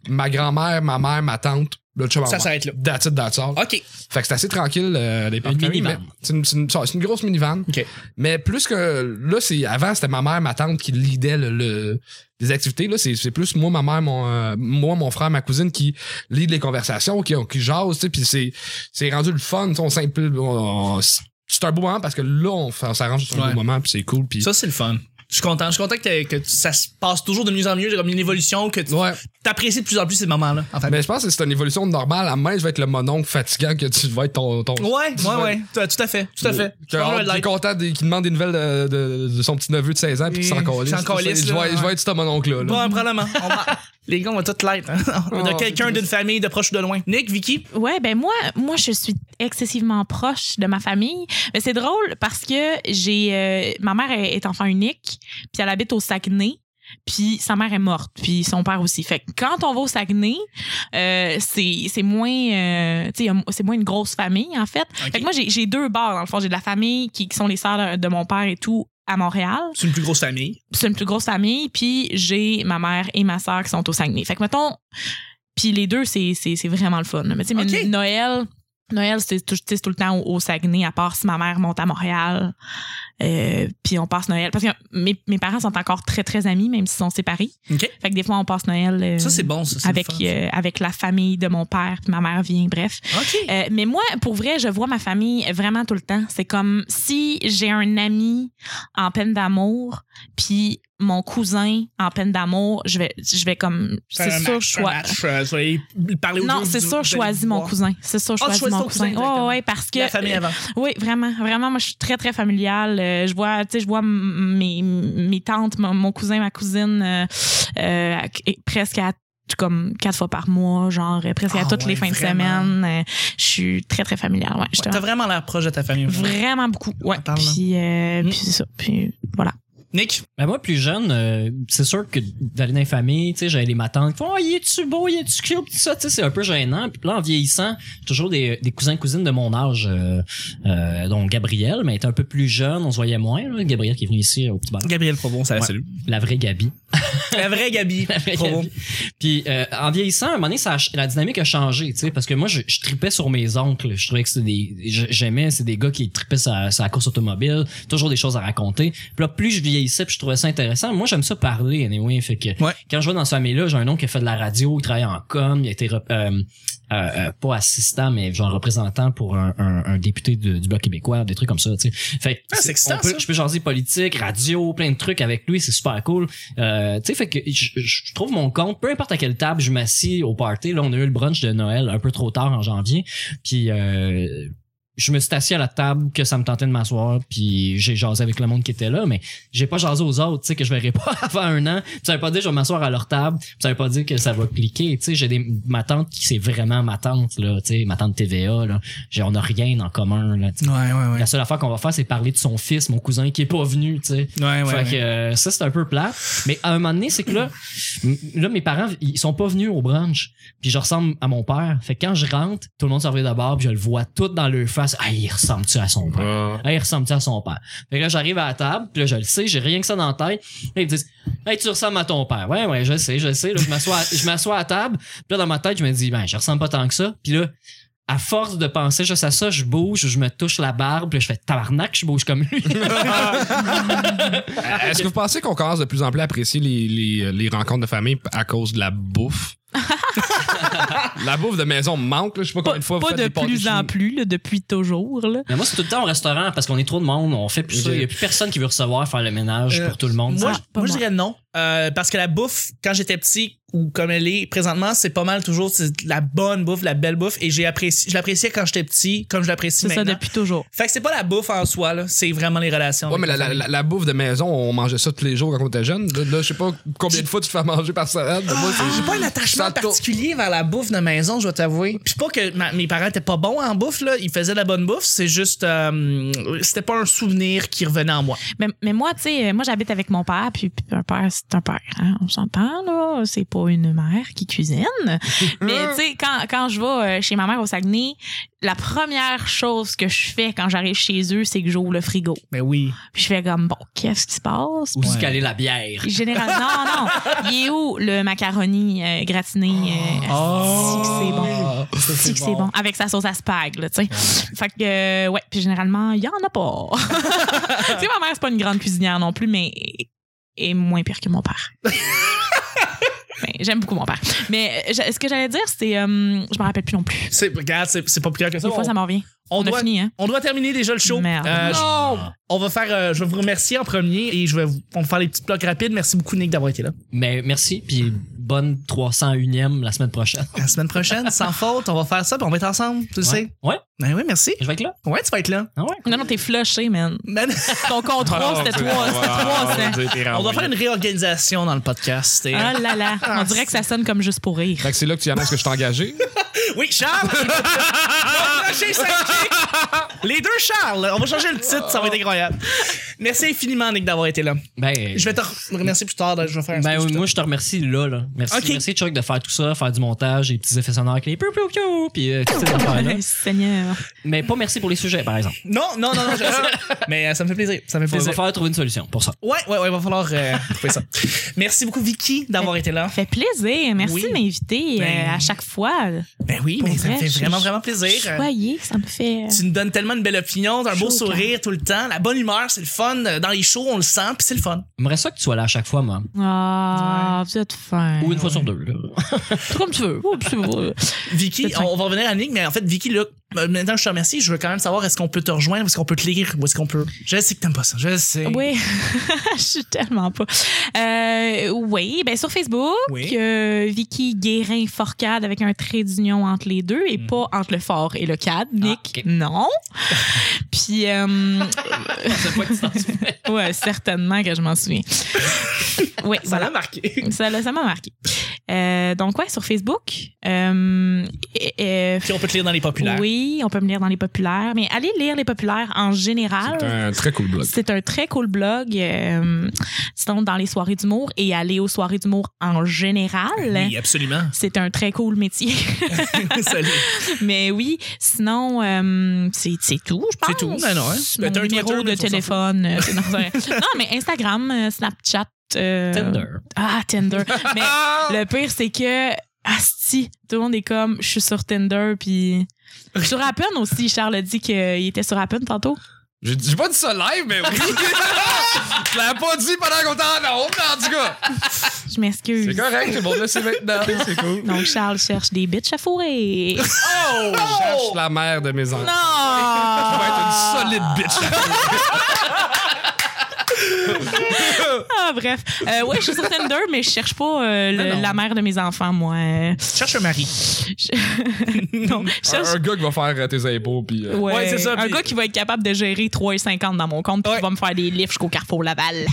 S4: ma grand-mère, ma mère, ma tante, le chum à
S2: Ça
S4: ma
S2: s'arrête là.
S4: mère. That's it, that's all.
S2: OK.
S4: Fait que c'est assez tranquille, euh, les
S3: Une minivan.
S4: mais C'est une, c'est une- c'est une grosse minivan.
S2: OK.
S4: Mais plus que. Là, c'est. Avant, c'était ma mère, ma tante qui lidait le, le- les activités. Là, c'est c'est plus moi, ma mère, mon, euh, moi, mon frère, ma cousine qui lead les conversations, qui, qui jase, tu sais. Puis c'est- c'est c'est rendu le fun, tu sais, on simple. on- on- C'est un beau moment parce que là, on, fait- on s'arrange sur un
S2: Ouais.
S4: beau moment, puis c'est cool. Puis
S2: Ça, c'est le fun. Je suis content. Je suis content que, t'aies- que ça se passe toujours de mieux en mieux. J'ai comme une évolution que tu
S4: Ouais,
S2: apprécies de plus en plus ces moments-là. En fait.
S4: mais je pense que c'est une évolution normale. À main, je vais être le mononcle fatigant que tu vas être ton. ton
S2: Ouais, ouais, ouais. Tout à- Tout à fait. Tout à fait.
S4: Que,
S2: Je prends le
S4: qui est
S2: like.
S4: content de- qui demande des nouvelles de, de- de son petit neveu de 16 ans puis qui s'en
S2: Et-
S4: calisse.
S2: s'en calisse,
S4: Je
S2: là,
S4: vais, je vais
S2: ouais.
S4: être ce mononcle-là. là.
S2: Ouais, probablement. On va- Les gars, on va tout l'être. hein. On a
S4: Oh,
S2: quelqu'un d'une famille, de proche ou de loin. Nick, Vicky,
S1: Ouais, ben moi, moi, je suis excessivement proche de ma famille. Mais c'est drôle parce que j'ai, euh, ma mère est est enfant unique, puis elle habite au Saguenay. Puis sa mère est morte, puis son père aussi. Fait que quand on va au Saguenay, euh, c'est c'est moins, euh, tu sais, y a- c'est moins une grosse famille en fait. Fait que moi j'ai j'ai deux bars dans le fond. J'ai de la famille qui, qui sont les sœurs de mon père et tout à Montréal.
S2: c'est une plus grosse famille.
S1: c'est une plus grosse famille, puis j'ai ma mère et ma sœur qui sont au Saguenay. Fait que, mettons, puis les deux, c'est, c'est, c'est vraiment le fun. là. Mais tu sais, mais
S2: Ok.
S1: Noël, Noël, c'est tout, tu sais, c'est tout le temps au, au Saguenay, à part si ma mère monte à Montréal, euh, puis on passe Noël. Parce que mes, mes parents sont encore très, très amis, même s'ils sont séparés.
S2: OK.
S1: Fait que des fois, on passe Noël euh,
S2: Ça, c'est bon, ça. c'est
S1: avec,
S2: le fun.
S1: euh, avec la famille de mon père, puis ma mère vient, bref.
S2: OK.
S1: Euh, mais moi, pour vrai, je vois ma famille vraiment tout le temps. C'est comme si j'ai un ami en peine d'amour, puis mon cousin en peine d'amour, je vais, je vais comme.
S2: Faire un
S1: C'est sûr,
S2: match,
S1: je
S2: un
S1: choisis.
S2: match, euh, soyez- parlez aux
S1: Non,
S2: gens,
S1: c'est
S2: vous-
S1: sûr, je
S2: vous allez
S1: choisis
S2: vous
S1: mon
S2: voir.
S1: cousin. C'est sûr, je
S2: Ah,
S1: choisis
S2: tu choisis
S1: mon
S2: ton cousin
S1: cousin. Ouais,
S2: directement.
S1: ouais, parce que. euh,
S2: La famille avant.
S1: Oui, vraiment, vraiment. Moi, je suis très, très familiale. Euh, je vois, tu sais, je vois m- mes, mes tantes, mon, mon cousin, ma cousine, euh, euh, à- et presque à comme quatre fois par mois, genre euh, presque à
S2: Ah
S1: toutes
S2: ouais,
S1: les fins
S2: vraiment?
S1: de semaine. Euh, je suis très, très familiale. Ouais, je
S2: Ouais, T'as vraiment l'air proche de ta famille.
S1: vraiment beaucoup. Ouais.
S2: On parle, là.
S1: Puis, euh,
S2: Mm.
S1: puis c'est ça. Puis voilà.
S2: Nick,
S3: Ben moi, plus jeune, euh, c'est sûr que d'aller dans les familles, tu sais, j'avais les matantes qui font « Oh, il est-tu beau, il est-tu cute? » Tout ça, tu sais, c'est un peu gênant. Puis là, en vieillissant, j'ai toujours des, des cousins-cousines de mon âge, euh, euh, dont Gabriel, mais elle était un peu plus jeune, on se voyait moins. là. Gabriel qui est venu ici au petit bar.
S2: Gabriel Probon, ça
S3: Ouais.
S2: salut.
S3: La vraie Gabi.
S2: La vraie Gabi
S3: vraie
S2: Probon.
S3: Gabi. Puis euh, en vieillissant, à un moment donné, ça a ch- la dynamique a changé, tu sais, parce que moi, je, je tripais sur mes oncles. Je trouvais que c'était des, je- j'aimais, c'est des gars qui tripaient sa, sa course automobile, toujours des choses à raconter. Puis là, plus je vieillissais, puis je trouvais ça intéressant. Moi, j'aime ça parler, anyway. Fait que
S2: Ouais.
S3: quand je vais dans cette famille-là, j'ai un oncle qui a fait de la radio, il travaille en com, il a été rep- euh, euh, euh, pas assistant, mais genre représentant pour un, un- un député de- du Bloc québécois, des trucs comme ça, tu sais. Fait que
S2: Ah, c'est excitant,
S3: on peut-
S2: ça.
S3: Je peux jaser politique, radio, plein de trucs avec lui, c'est super cool. Euh, tu sais, fait que je, je trouve mon compte, peu importe à quelle table je m'assis au party, là, on a eu le brunch de Noël un peu trop tard en janvier, puis euh, je me suis assis à la table que ça me tentait de m'asseoir, puis j'ai jasé avec le monde qui était là, mais j'ai pas jasé aux autres, tu sais, que je verrai pas avant un an. Puis ça veut pas dire que je vais m'asseoir à leur table, puis ça veut pas dire que ça va cliquer, tu sais. J'ai des, ma tante qui, c'est vraiment ma tante, là, tu sais, ma tante TVA, là. J'ai, on a rien en commun, là, tu sais.
S2: Ouais, ouais, ouais.
S3: La seule affaire qu'on va faire, c'est parler de son fils, mon cousin, qui est pas venu, tu sais.
S2: Ouais, ouais.
S3: Fait
S2: ouais.
S3: que euh, ça, c'est un peu plat. Mais à un moment donné, c'est que là, m- là, mes parents, ils sont pas venus au brunch. Puis je ressemble à mon père. Fait que quand je rentre, tout le monde s'en revient d'abord, puis je le vois tout dans leur face. Ah, il ressemble-tu à son père?
S4: Ah.
S3: Hey, il ressemble à son père? Fait que là, j'arrive à la table, puis là, je le sais, j'ai rien que ça dans la tête. Là, ils me disent, hey, tu ressembles à ton père. Ouais, ouais, je le sais, je le sais. Là, je m'assois, à- je m'assois à la table, puis là, dans ma tête, je me dis, ben, je ressemble pas tant que ça. Puis là, à force de penser juste à ça, je bouge, je me touche la barbe, puis là, je fais tabarnak, je bouge comme lui.
S4: Euh, Est-ce que vous pensez qu'on commence de plus en plus à apprécier les, les, les rencontres de famille à cause de la bouffe? la bouffe de maison me manque, là. Je sais pas
S1: Pas,
S4: combien de fois
S1: pas
S4: vous faites
S1: de
S4: des pâtés
S1: plus en
S4: chinois.
S1: plus, là, depuis toujours. Là.
S3: Mais moi, c'est tout le temps au restaurant parce qu'on est trop de monde, on fait plus ça. Il y a plus personne qui veut recevoir, faire le ménage
S2: Euh,
S3: pour tout le monde.
S2: Moi,
S1: Ah,
S2: je-
S1: pas
S2: moi, je
S1: moi.
S2: dirais non. Euh, parce que la bouffe, quand j'étais petit ou comme elle est présentement, c'est pas mal toujours c'est la bonne bouffe, la belle bouffe. Et j'ai apprécié, je l'appréciais quand j'étais petit, comme je l'apprécie
S1: C'est ça
S2: maintenant.
S1: depuis toujours.
S2: Fait que c'est pas la bouffe en soi, là. C'est vraiment les relations.
S4: Ouais,
S2: avec
S4: mais la,
S2: la
S4: la-
S2: famille.
S4: la- la bouffe de maison, on mangeait ça tous les jours quand on était jeune. Là, là, je sais pas combien de fois tu te fais manger par semaine. Moi,
S2: Ah,
S4: c'est-
S2: J'ai pas un attachement
S4: Ça tourne.
S2: particulier vers la bouffe de maison, je dois t'avouer. Puis pas que ma- mes parents étaient pas bons en bouffe, là. Ils faisaient de la bonne bouffe. C'est juste. euh, C'était pas un souvenir qui revenait en moi.
S1: Mais, mais moi, tu sais, euh, moi, j'habite avec mon père, puis, puis un père, c'est un père. hein, on s'entend, là. C'est pas une mère qui cuisine. mais, tu sais, quand, quand je vais euh, chez ma mère au Saguenay, la première chose que je fais quand j'arrive chez eux, c'est que j'ouvre le frigo.
S2: Mais oui.
S1: Puis je fais comme, bon, qu'est-ce qui se passe?
S3: Ou se
S2: Ouais.
S3: caler la bière.
S1: Général, non, non. Il est où le macaroni euh, gratiné? euh,
S2: Oh! Ah!
S1: si que c'est bon. Si que c'est bon. Avec sa sauce à spag, là, tu sais. Fait que, euh, ouais, puis généralement, il y en a pas. tu sais, ma mère, c'est pas une grande cuisinière non plus, mais elle est moins pire que mon père. Ben, J'aime beaucoup mon père. Mais euh, je- ce que j'allais dire, c'est. euh, je me rappelle plus non plus.
S2: C'est- Regarde, c'est c'est pas plus clair que ça.
S1: Des fois,
S2: On-
S1: ça m'en revient.
S2: on
S1: On,
S2: doit-
S1: a fini, hein?
S2: On doit terminer déjà le show.
S1: Merde.
S2: Euh, je-
S3: Non!
S2: on va faire, euh, je vais vous remercier en premier et je vais vous, on va faire les petits blocs rapides. Merci beaucoup, Nick, d'avoir été là.
S3: Mais merci, puis bonne 301e la semaine prochaine.
S2: La semaine prochaine, sans faute, on va faire ça puis on va être ensemble, tu le sais.
S3: Ouais. ouais,
S2: Ben oui, merci.
S3: je vais être là.
S2: Ouais, tu vas être là.
S3: Ah ouais.
S1: Non, non, t'es flushé, man.
S2: Man,
S1: Ton
S4: Ah,
S1: contrôle, c'était 300.
S2: on doit faire une réorganisation dans le podcast. et-
S1: Oh là là. On dirait que ça sonne comme juste pour rire.
S4: Fait que c'est là que tu annonces que je suis engagé.
S2: Oui, Charles! Bon crochet, Sanji! Les deux Charles! On va changer le titre, ça va être incroyable. Merci infiniment, Nick, d'avoir été là.
S3: Ben,
S2: Je vais te re- remercier plus tard, je vais faire un
S3: ben
S2: speech
S3: oui,
S2: plus tard.
S3: moi, je te remercie là. là. Merci,
S2: Ok.
S3: merci Chuck de faire tout ça, faire du montage, des petits effets sonores avec les piou piou piou, puis euh, toutes ces affaires-là.
S1: Hey, Seigneur.
S3: Mais pas merci pour les sujets, par exemple.
S2: Non, non, non, non, je sais. Mais euh, ça me fait plaisir. Ça me fait
S3: Faut, va
S2: plaisir.
S3: falloir trouver une solution pour ça.
S2: Ouais, ouais, ouais, va falloir euh, trouver ça. Merci beaucoup, Vicky, d'avoir été là.
S1: Ça fait plaisir. Merci
S2: Oui.
S1: de m'inviter
S2: Ben-
S1: euh, à chaque fois.
S2: Ben oui,
S1: Pour
S2: mais ça me
S1: vrai,
S2: fait
S1: je-
S2: vraiment,
S1: je-
S2: vraiment plaisir.
S1: Soyez, ça me fait. euh,
S2: Tu nous donnes tellement une belle opinion, t'as un beau
S1: Chaud au
S2: sourire tout le temps, la bonne humeur, c'est le fun. Dans les shows, on le sent, puis c'est le fun.
S3: J'aimerais ça que tu sois là à chaque fois, moi.
S1: Ah, vous êtes fin.
S3: Ou une fois sur deux. là.
S1: Comme tu veux. Comme tu veux.
S2: Vicky,
S1: C'est
S2: on, on va revenir à Nick, mais en fait, Vicky, là, euh, maintenant que je te remercie, je veux quand même savoir est-ce qu'on peut te rejoindre, est-ce qu'on peut te lire, ou est-ce qu'on peut. Je sais que t'aimes pas ça, je sais.
S1: Oui, je suis tellement pas. Euh, oui, ben sur Facebook,
S2: Oui.
S1: euh, Vicky Guérin Forcade avec un trait d'union entre les deux et pas entre le fort et le cadre. Nick,
S3: ok.
S1: non. Puis, euh,
S3: C'est pas que tu t'en souviens.
S1: ouais, certainement que je m'en souviens. Oui,
S2: Ça
S1: voilà.
S2: l'a marqué.
S1: Ça l'a- ça m'a marqué. Euh, donc, ouais, sur Facebook. euh, et- et-
S2: Puis on peut te lire dans les populaires.
S1: oui, on peut me lire dans les populaires, mais allez lire les populaires en général.
S2: Ah
S4: C'est un très cool blog.
S1: C'est un très cool blog. euh, sinon, dans les soirées d'humour et aller aux soirées d'humour en général.
S2: Ben Oui, absolument.
S1: C'est un très cool métier.
S2: Salut.
S1: Mais oui, sinon, euh, c'est c'est tout, je pense.
S2: C'est tout, ben non, hein. Ben,
S1: Mon
S2: t'as un
S1: numéro
S2: Twitter,
S1: de
S2: mais on s'en
S1: téléphone. euh, c'est dans un- non, mais Instagram, euh, Snapchat. euh,
S3: Tinder.
S1: Ah, Tinder. mais le pire, c'est que, asti, tout le monde est comme, je suis sur Tinder, puis... Sur Appen aussi, Charles a dit qu'il était sur Appen tantôt.
S4: J'ai j'ai pas dit ça live, mais oui. je l'avais pas dit pendant qu'on était en onde, mais en tout cas.
S1: Je m'excuse.
S4: C'est correct, j'ai bon là, c'est maintenant. C'est cool.
S1: Donc, Charles cherche des bitches à fourrer.
S4: Oh! Je cherche la mère de
S2: Ah.
S4: mes enfants. Je vais
S1: Non!
S4: être une solide bitch.
S1: Ah, bref. Euh, ouais, je suis sur Tinder, mais je cherche pas euh, le-
S2: Ah, non.
S1: la mère de mes enfants, moi.
S2: Cherche un mari.
S1: non, je
S4: Un,
S1: cherche.
S4: un gars qui va faire euh, tes impôts, puis. euh,
S1: Ouais,
S2: Ouais, c'est ça,
S1: un
S2: puis-
S1: gars qui va être capable de gérer 3,50 dans mon compte puis
S2: Ouais.
S1: qui va me faire des livres jusqu'au Carrefour Laval.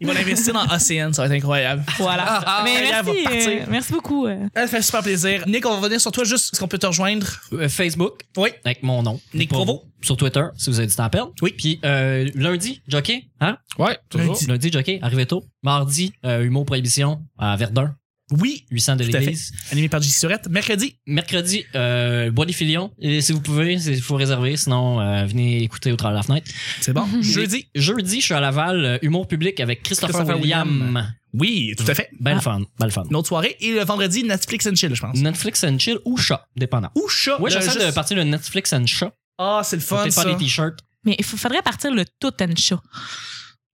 S2: Il va l'investir dans ACN, ça va être incroyable.
S1: Voilà.
S2: ah,
S1: Mais
S2: elle va
S1: merci,
S2: partir.
S1: euh, merci beaucoup. euh.
S2: Ah, Ça fait super plaisir. Nick, on va revenir sur toi juste. Est-ce qu'on peut te rejoindre?
S3: Euh, Facebook,
S2: Oui.
S3: avec mon nom.
S2: Nick
S3: Pour
S2: Provo.
S3: vous. Sur Twitter, si vous avez du temps à perdre.
S2: Oui.
S3: Puis euh, lundi, jockey, hein?
S4: Ouais, toujours.
S2: Lundi.
S3: Lundi, jockey, arrivez tôt. Mardi, euh, Humour Prohibition à Verdun,
S2: Oui.
S3: 800 de
S2: Tout à fait.
S3: l'église.
S2: Animé par J. Surette. Mercredi.
S3: Mercredi, euh, Bois des Filions. Et si vous pouvez, il faut réserver, sinon euh, venez écouter au travers de la fenêtre.
S2: C'est bon. Jeudi.
S3: Jeudi, je suis à Laval, euh, Humour Public avec Christopher,
S2: Christopher
S3: William.
S2: William. Oui, tout à fait.
S3: Belle
S1: Ah.
S3: fun, belle fun.
S2: Une autre soirée. Et le vendredi, Netflix and Chill, je pense.
S3: Netflix and Chill ou chat, dépendant.
S2: Ou chat.
S3: Oui,
S2: là,
S3: j'essaie
S2: Oh, juste-
S3: de partir de Netflix and chat.
S2: Ah, c'est le fun,
S3: Peut-être
S2: ça.
S3: faire des t-shirts.
S1: Mais il faut- faudrait partir le tout and show.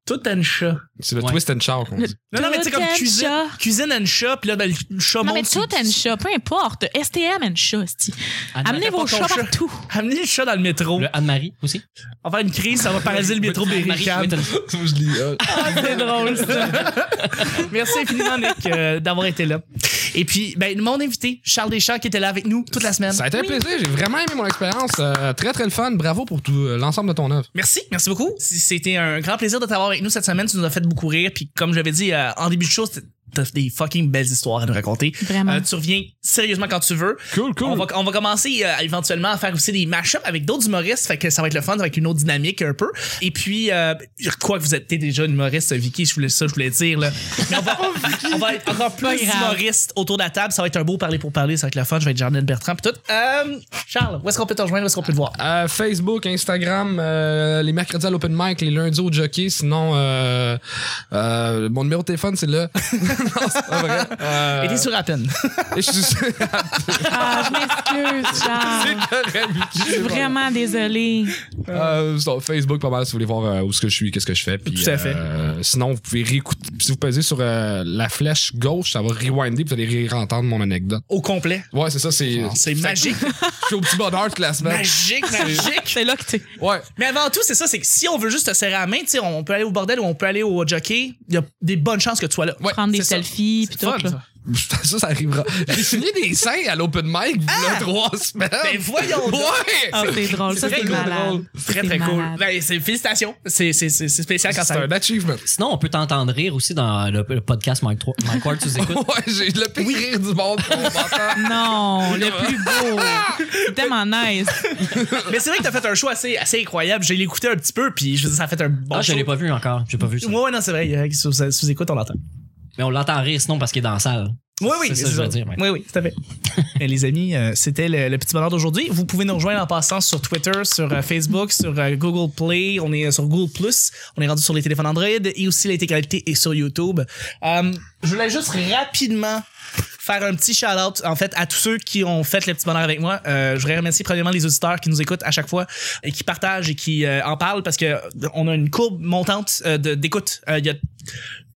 S2: Tout un chat.
S4: C'est le
S3: Ouais.
S4: twist and shout qu'on dit.
S2: Non, non, mais tu sais,
S1: Tout
S2: comme
S1: and
S2: cuisine.
S1: chat.
S2: Cuisine and chat, puis là, ben, le chat
S1: Non,
S2: monte.
S1: mais tout and show, peu importe. STM and show, esti. Amenez
S2: pas
S1: vos
S2: ton
S1: chats
S2: chat.
S1: partout.
S2: Amenez le chat dans le métro.
S3: Le Anne-Marie aussi.
S2: On va faire une crise, ça va paralyser le métro
S3: Anne-Marie
S2: Berry-Cab.
S3: Whitten-
S4: Je lis. euh,
S2: C'est drôle, ça. Merci infiniment, Nick, euh, d'avoir été là. Et puis, ben, mon invité, Charles Deschamps, qui était là avec nous toute la semaine.
S4: Ça a été un plaisir, j'ai vraiment aimé mon expérience. euh, très très le fun. Bravo pour tout euh, l'ensemble de ton œuvre.
S2: Merci, merci beaucoup. C- C'était un grand plaisir de t'avoir avec nous cette semaine. Tu nous as fait beaucoup rire. Puis comme j'avais dit euh, en début de show, c'était- t'as des fucking belles histoires à nous raconter.
S1: Vraiment.
S2: Euh, tu reviens sérieusement quand tu veux.
S4: Cool,
S2: On va, on va commencer euh, éventuellement à faire aussi des mashups avec d'autres humoristes, fait que ça va être le fun, avec une autre dynamique un peu. Et puis, euh, quoi que vous êtes t'es déjà une humoriste, Vicky, je voulais ça, je voulais dire là. Mais on va, on va être encore
S1: Pas
S2: plus
S1: grave.
S2: humoristes autour de la table. Ça va être un beau parler pour parler, ça va être le fun. Je vais être Jardine Bertrand puis tout. Euh, Charles, où est-ce qu'on peut te rejoindre, où est-ce qu'on peut te voir
S4: Euh, Facebook, Instagram, euh, les mercredis à l'open mic, les lundis au jockey. Sinon, euh, euh, mon numéro de téléphone, c'est là. non, c'est pas vrai. Euh,
S2: Et t'es sur Appen.
S4: et je suis-
S1: Ah, je m'excuse. sérieuse,
S4: C'est
S1: Charles.
S4: correct, Vicky,
S1: Je suis
S4: c'est bon.
S1: vraiment désolée.
S4: Euh, sur Facebook, pas mal, si vous voulez voir euh, où ce que je suis, qu'est-ce que je fais. Puis,
S2: Tout à fait.
S4: euh, sinon, vous pouvez réécouter. Si vous pesez sur euh, la flèche gauche, ça va rewinder, puis vous allez réentendre mon anecdote.
S2: Au complet.
S4: Ouais, c'est ça, c'est.
S2: Ah, C'est magique,
S4: Je suis au petit bonheur toute la semaine.
S2: magique, magique.
S1: C'est là que tu.
S4: Ouais.
S2: Mais avant tout, c'est ça, c'est que si on veut juste te serrer la main, tu sais, on peut aller au bordel ou on peut aller au jockey, il y a des bonnes chances que tu sois là.
S4: Ouais,
S1: Prendre des
S2: c'est ça.
S1: selfies, puis tout.
S2: Fun,
S1: là.
S2: ça.
S4: Ça, ça arrivera. J'ai signé des seins à l'open mic, il y a trois semaines.
S2: Mais Ah! Ben, voyons donc.
S4: Ouais!
S1: Ah, c'est drôle. Ça,
S2: très
S1: c'est
S2: cool,
S1: malade.
S2: drôle.
S1: Ça,
S2: Très,
S1: c'est
S2: très cool.
S1: malade.
S2: Ben, c'est, félicitations. C'est, c'est, c'est, c'est spécial quand
S4: C'est
S2: ça arrive.
S4: un achievement.
S3: Sinon, on peut t'entendre rire aussi dans le, le podcast Mike, 3, Mike Ward, tu nous écoutes.
S4: Ouais, j'ai le pire rire du monde. On m'entend.
S1: Non, le plus beau. C'est tellement nice.
S2: Mais c'est vrai que t'as fait un choix assez, assez incroyable. J'ai l'écouté un petit peu, puis je veux dire, ça a fait un bon
S3: ah, je
S2: show.
S3: l'ai pas vu encore. J'ai pas vu ça.
S2: Ouais, ouais, non, c'est vrai. euh, Sous, sous écoute, on l'entend.
S3: Mais on l'entend rire sinon parce qu'il est dans la salle.
S2: Oui, oui,
S3: C'est ça que je veux dire, ouais.
S2: Oui, oui, tout à fait. Mais les amis, euh, c'était le, le petit bonheur d'aujourd'hui. Vous pouvez nous rejoindre en passant sur Twitter, sur euh, Facebook, sur euh, Google Play. On est euh, sur Google Plus. On est rendu sur les téléphones Android et aussi l'intégralité est sur YouTube. Euh, je voulais juste rapidement faire un petit shout-out en fait à tous ceux qui ont fait le petit bonheur avec moi. Euh, je voudrais remercier premièrement les auditeurs qui nous écoutent à chaque fois et qui partagent et qui euh, en parlent parce que euh, on a une courbe montante euh, de- d'écoute. Euh, il y a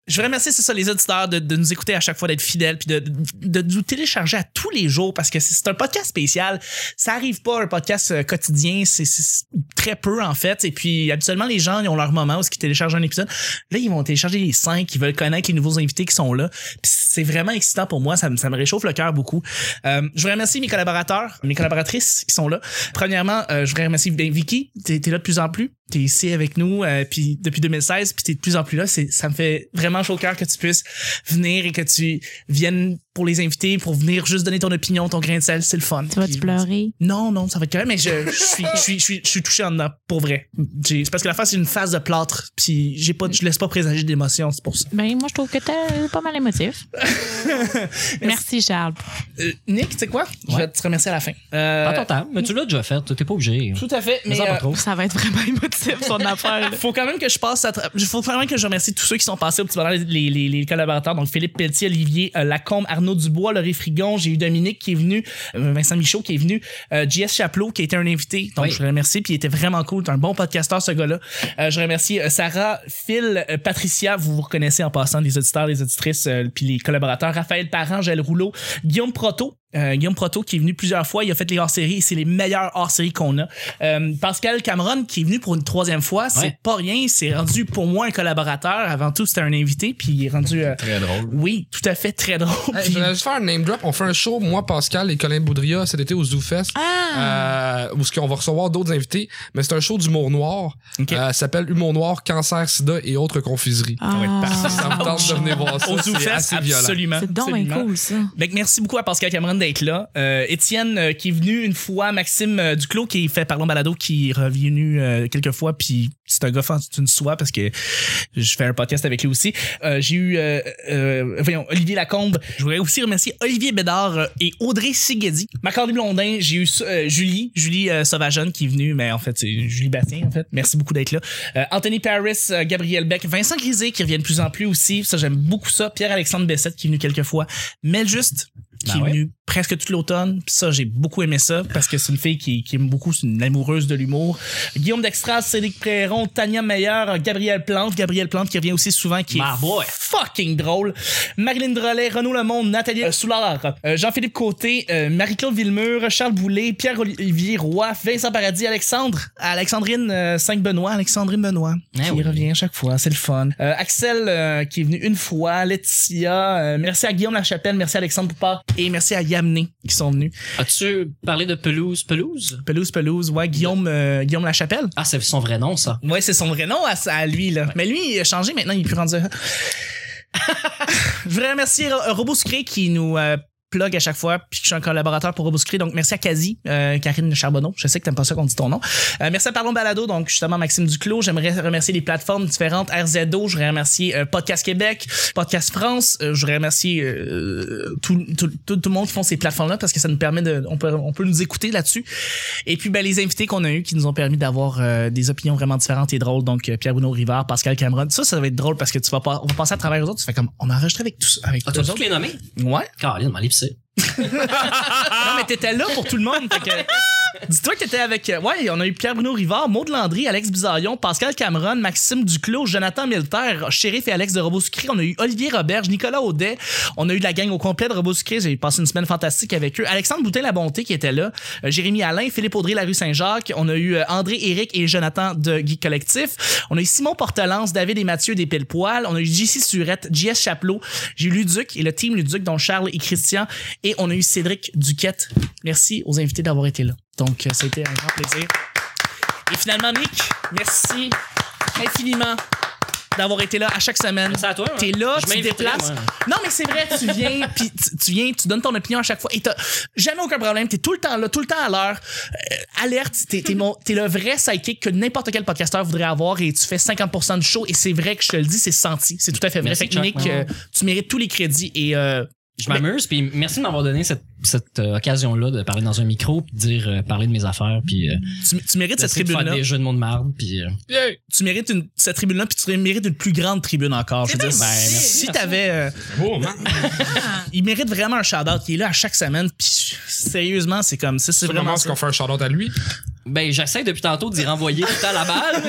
S2: je voudrais remercier, c'est ça, les auditeurs de, de nous écouter à chaque fois, d'être fidèles, puis de, de, de nous télécharger à tous les jours, parce que c'est c'est un podcast spécial. Ça arrive pas, un podcast euh, quotidien, c'est c'est très peu, en fait. Et puis, habituellement, les gens, ils ont leur moment où ils téléchargent un épisode. Là, ils vont télécharger les cinq, ils veulent connaître les nouveaux invités qui sont là. Puis c'est vraiment excitant pour moi, ça, me- ça me réchauffe le cœur beaucoup. Euh, je voudrais remercier mes collaborateurs, mes collaboratrices qui sont là. Premièrement, euh, je voudrais remercier ben, Vicky, t'es es là de plus en plus t'es ici avec nous euh, puis depuis 2016 puis t'es de plus en plus là c'est ça me fait vraiment chaud au cœur que tu puisses venir et que tu viennes pour les invités pour venir juste donner ton opinion ton grain de sel c'est le fun
S1: Tu vas-tu
S2: Puis-
S1: pleurer?
S2: non non ça va être quand même mais je, je suis je suis je suis je suis touché en dedans pour vrai J'ai- c'est parce que la face c'est une phase de plâtre puis j'ai pas je laisse pas présager d'émotion c'est pour ça
S1: Ben, moi, je trouve que t'es pas mal émotif. Merci, Charles.
S2: Euh, Nick tu sais quoi je vais te remercier à la fin Euh,
S3: Prends ton temps, mais tu l'as déjà fait. T'es pas obligé.
S2: tout à fait mais
S3: Mais ça, pas
S2: euh,
S3: trop.
S1: Ça va être vraiment émotif, son affaire. là.
S2: faut quand même que je passe à tra- faut quand même que je remercie tous ceux qui sont passés au petit bonheur les, les, les collaborateurs donc Philippe Pelletier Olivier euh, Lacombe Arnaud Dubois Laurie Frigon j'ai eu Dominique qui est venu euh, Vincent Michaud qui est venu euh, JS Chaplot qui était un invité donc
S3: Oui.
S2: je le remercie puis il était vraiment cool t'es un bon podcasteur ce gars-là Euh, je remercie euh, Sarah Phil euh, Patricia vous vous reconnaissez en passant les auditeurs les auditrices euh, puis les collaborateurs Raphaël Parent Gilles Rouleau Guillaume Proto euh, Guillaume Proto qui est venu plusieurs fois, il a fait les hors-séries, et c'est les meilleurs hors-séries qu'on a. Euh, Pascal Cameron qui est venu pour une troisième fois, c'est
S3: Ouais.
S2: pas rien, c'est rendu pour moi un collaborateur. Avant tout, c'était un invité, puis il est rendu. euh,
S4: Très drôle.
S2: oui, tout à fait très drôle.
S4: Hey,
S2: Puis-
S4: je voulais juste faire un name drop. On fait un show, moi, Pascal et Colin Boudria, cet été au ZooFest.
S1: Ah!
S4: Euh, où ce qu'on va recevoir d'autres invités. Mais c'est un show d'humour noir.
S2: Ok.
S4: Euh, ça s'appelle Humour noir, cancer, sida et autres confiseries.
S1: Ah.
S2: va être parfait.
S4: Ça me tente de venir voir ça.
S2: Au
S4: c'est
S2: ZooFest,
S4: assez violent.
S2: absolument.
S1: C'est donc bien
S2: absolument.
S1: cool, ça.
S2: Donc, Ben, merci beaucoup à Pascal Cameron d'être là. Euh, Étienne euh, qui est venu une fois, Maxime euh, Duclos qui fait Parlons Balado qui est revenu euh, quelques fois, puis c'est un gars fan d'une soie parce que je fais un podcast avec lui aussi. Euh, J'ai eu, euh, euh, voyons, Olivier Lacombe. Je voudrais aussi remercier Olivier Bédard euh, et Audrey Sigedi. Macardy Blondin, j'ai eu euh, Julie, Julie euh, Sauvageonne qui est venue, mais en fait, c'est Julie Bastien, en fait. Merci beaucoup d'être là. Euh, Anthony Paris, euh, Gabriel Beck, Vincent Grisé qui revient de plus en plus aussi. Ça, j'aime beaucoup ça. Pierre-Alexandre Bessette qui est venu quelques fois. Mel Juste qui
S3: Ben
S2: est
S3: ouais.
S2: venue presque tout l'automne. Puis Ça, j'ai beaucoup aimé ça parce que c'est une fille qui, qui aime beaucoup, c'est une amoureuse de l'humour. Guillaume Dextras, Cédric Préron, Tania Meyer, euh, Gabriel Plante, Gabriel Plante qui revient aussi souvent, qui est
S3: My boy.
S2: fucking drôle. Marilyn Drolet, Renaud Lemond, Nathalie euh, Soulard, euh, Jean-Philippe Côté, euh, Marie-Claude Villemur, Charles Boulet, Pierre-Olivier Roy, Vincent Paradis, Alexandre, Alexandrine euh, Saint-Benoît, Alexandrine Benoît,
S3: Eh
S2: qui
S3: oui.
S2: revient à chaque fois, c'est le fun. Euh, Axel euh, qui est venu une fois, Laetitia, euh, merci à Guillaume Lachapelle, merci à Alexandre Poupard et merci à Yamné qui sont venus.
S3: As-tu parlé de pelouse, pelouse?
S2: Pelouse, pelouse, ouais, Guillaume, euh, Guillaume Lachapelle.
S3: Ah, c'est son vrai nom, ça.
S2: Ouais, c'est son vrai nom à, à lui, là. Mais lui, il a changé maintenant, il est plus rendu. Je voudrais remercier Ro- Robot Sucré qui nous euh, plug à chaque fois, puis que je suis un collaborateur pour Robot Sucré. Donc, merci à Kazi, euh, Karine Charbonneau. Je sais que t'aimes pas ça qu'on dit ton nom. Euh, merci à Parlons Balado, donc justement Maxime Duclos. J'aimerais remercier les plateformes différentes, RZO. Je voudrais remercier euh, Podcast Québec, Podcast France. Euh, je voudrais remercier euh, tout, tout, tout, tout le monde qui font ces plateformes-là parce que ça nous permet de... On peut, on peut nous écouter là-dessus. Et puis, ben, les invités qu'on a eus qui nous ont permis d'avoir euh, des opinions vraiment différentes et drôles. Donc, euh, Pierre-Bruno Rivard, Pascal Cameron. Ça, ça va être drôle parce que tu vas pas... On va passer à travers les autres. Tu fais comme... On a enregistré avec tous avec
S3: Ah,
S2: eux
S3: t'as
S2: autres.
S3: tous les nommés?
S2: Ouais.
S3: Caroline, m'en lipsé.
S2: Non, mais t'étais là pour tout le monde. fait que- Dis-toi que t'étais avec. euh, Ouais, on a eu Pierre-Bruno Rivard, Maud Landry, Alex Bizaillon, Pascal Cameron, Maxime Duclos, Jonathan Milter, Shérif et Alex de Robot Sucré. On a eu Olivier Roberge, Nicolas Audet. On a eu la gang au complet de Robot Sucré. J'ai passé une semaine fantastique avec eux. Alexandre Boutin-La Bonté qui était là. Euh, Jérémy Alain, Philippe Audrey, La Rue Saint-Jacques. On a eu euh, André, Éric et Jonathan de Geek Collectif. On a eu Simon Portelance, David et Mathieu des Pile-Poil. On a eu JC Surette, JS Chaplot. J'ai eu Luduc et le team Luduc, dont Charles et Christian. Et on a eu Cédric Duquette. Merci aux invités d'avoir été là. Donc, euh, c'était un grand plaisir. Et finalement, Nick, merci infiniment d'avoir été là à chaque semaine.
S3: Merci à toi, hein.
S2: T'es là,
S3: Je
S2: tu te
S3: m'inviterai,
S2: déplaces.
S3: moi.
S2: Non, mais c'est vrai, tu viens, puis tu, tu viens, tu donnes ton opinion à chaque fois. Et t'as jamais aucun problème. T'es tout le temps là, tout le temps à l'heure. Euh, alerte, t'es, t'es, mon- t'es le vrai psychic que n'importe quel podcasteur voudrait avoir et tu fais 50% du show. Et c'est vrai que je te le dis, c'est senti. C'est tout à fait vrai.
S3: Merci,
S2: Fait que
S3: Chuck,
S2: Nick,
S3: ouais.
S2: euh, tu mérites tous les crédits et euh,
S3: Je m'amuse, puis merci de m'avoir donné cette, cette, euh, occasion-là de parler dans un micro, puis de dire, euh, parler de mes affaires, puis euh,
S2: tu, tu mérites cette
S3: d'essayer de faire
S2: tribune-là.
S3: des jeux de mots de marde, puis euh,
S4: Yay!
S2: Tu mérites une, cette tribune-là, puis tu mérites une plus grande tribune encore. Je veux
S1: C'est
S2: dire,
S1: bien
S2: si-
S1: gentil.
S2: si t'avais. euh,
S4: Bon, man.
S2: il mérite vraiment un shout-out. Il est là à chaque semaine. Puis sérieusement, c'est comme ça. C'est
S4: C'est
S2: vraiment.
S4: vraiment ce qu'on fait un shout-out à lui.
S3: ben, j'essaie depuis tantôt d'y renvoyer tout le temps la balle,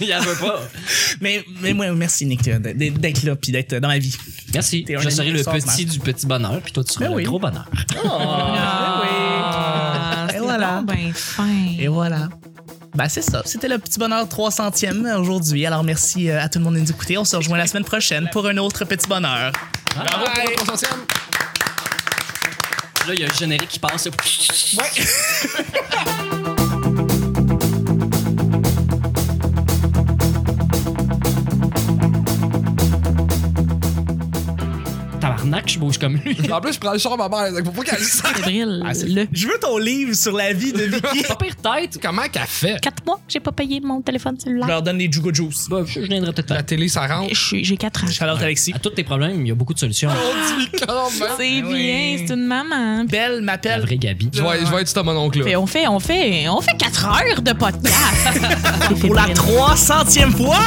S3: il y en veut pas.
S2: Mais, mais moi, merci Nick euh, d'être- d'être là puis d'être euh, dans ma vie.
S3: Merci.
S2: T'es un
S3: Je serai le
S2: animateur,
S3: petit du petit bonheur, puis toi, tu seras
S2: Ben
S3: le
S2: oui.
S3: gros bonheur.
S1: Ah,
S2: Et
S1: c'est
S2: voilà.
S1: donc ben fin.
S2: Et voilà. Ben, c'est ça. C'était le petit bonheur 300e aujourd'hui. Alors, merci euh, à tout le monde de nous écouter. On se rejoint la semaine prochaine pour un autre petit bonheur.
S4: Bravo pour le 300e.
S3: Ah, Là, il y a le générique qui passe. là. Tabarnak, je bouge comme lui.
S4: En plus, je prends le char à ma mère. Faut pas qu'elle le sache.
S1: Fébril,
S2: Ah,
S1: le
S2: Je veux ton livre sur la vie de Vicky.
S3: Pas pire tête.
S4: Comment qu'elle fait?
S1: 4 mois, j'ai pas payé mon téléphone
S2: Je
S1: cellulaire.
S2: leur donne les Jugo Juice.
S3: Bah, je je viendrai peut-être.
S4: La
S3: là.
S4: télé, ça rentre.
S1: Je suis- J'ai 4 ans.
S2: Charlotte Alexis.
S3: À tous tes problèmes, il y a beaucoup de solutions.
S4: Oh, man.
S1: C'est
S2: Ah oui.
S1: bien, c'est une maman.
S2: Belle
S3: La
S2: m'appelle.
S3: vraie Gabi.
S4: Je vais, je vais être sur mon oncle.
S1: Fait,
S4: là.
S1: on fait, on fait, on fait 4 heures de podcast.
S2: Pour la
S1: Fébril.
S2: 300e fois!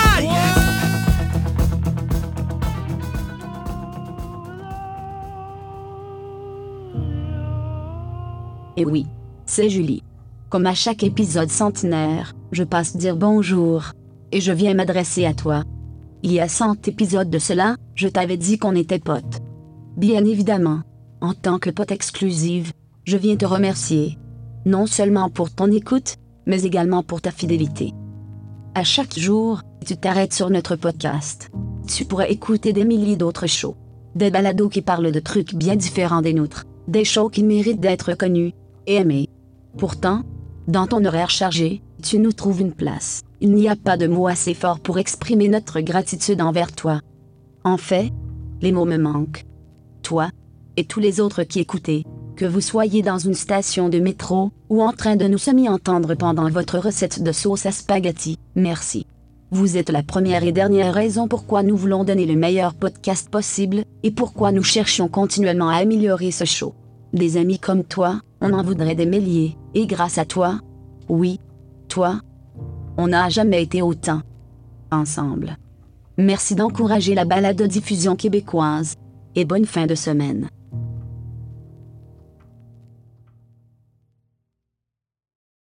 S5: Et Eh oui, c'est Julie. Comme à chaque épisode centenaire, je passe dire bonjour. Et je viens m'adresser à toi. Il y a 100 épisodes de cela, je t'avais dit qu'on était potes. Bien évidemment. En tant que pote exclusive, je viens te remercier. Non seulement pour ton écoute, mais également pour ta fidélité. À chaque jour, tu t'arrêtes sur notre podcast. Tu pourrais écouter des milliers d'autres shows. Des balados qui parlent de trucs bien différents des nôtres. Des shows qui méritent d'être connus et aimé. Pourtant, dans ton horaire chargé, tu nous trouves une place. Il n'y a pas de mots assez forts pour exprimer notre gratitude envers toi. En fait, les mots me manquent. Toi, et tous les autres qui écoutez, que vous soyez dans une station de métro, ou en train de nous semi-entendre pendant votre recette de sauce à spaghetti, merci. Vous êtes la première et dernière raison pourquoi nous voulons donner le meilleur podcast possible, et pourquoi nous cherchons continuellement à améliorer ce show. Des amis comme toi, on en voudrait des milliers. Et grâce à toi, oui, toi, on n'a jamais été autant. Ensemble. Merci d'encourager la balade diffusion québécoise. Et bonne fin de semaine.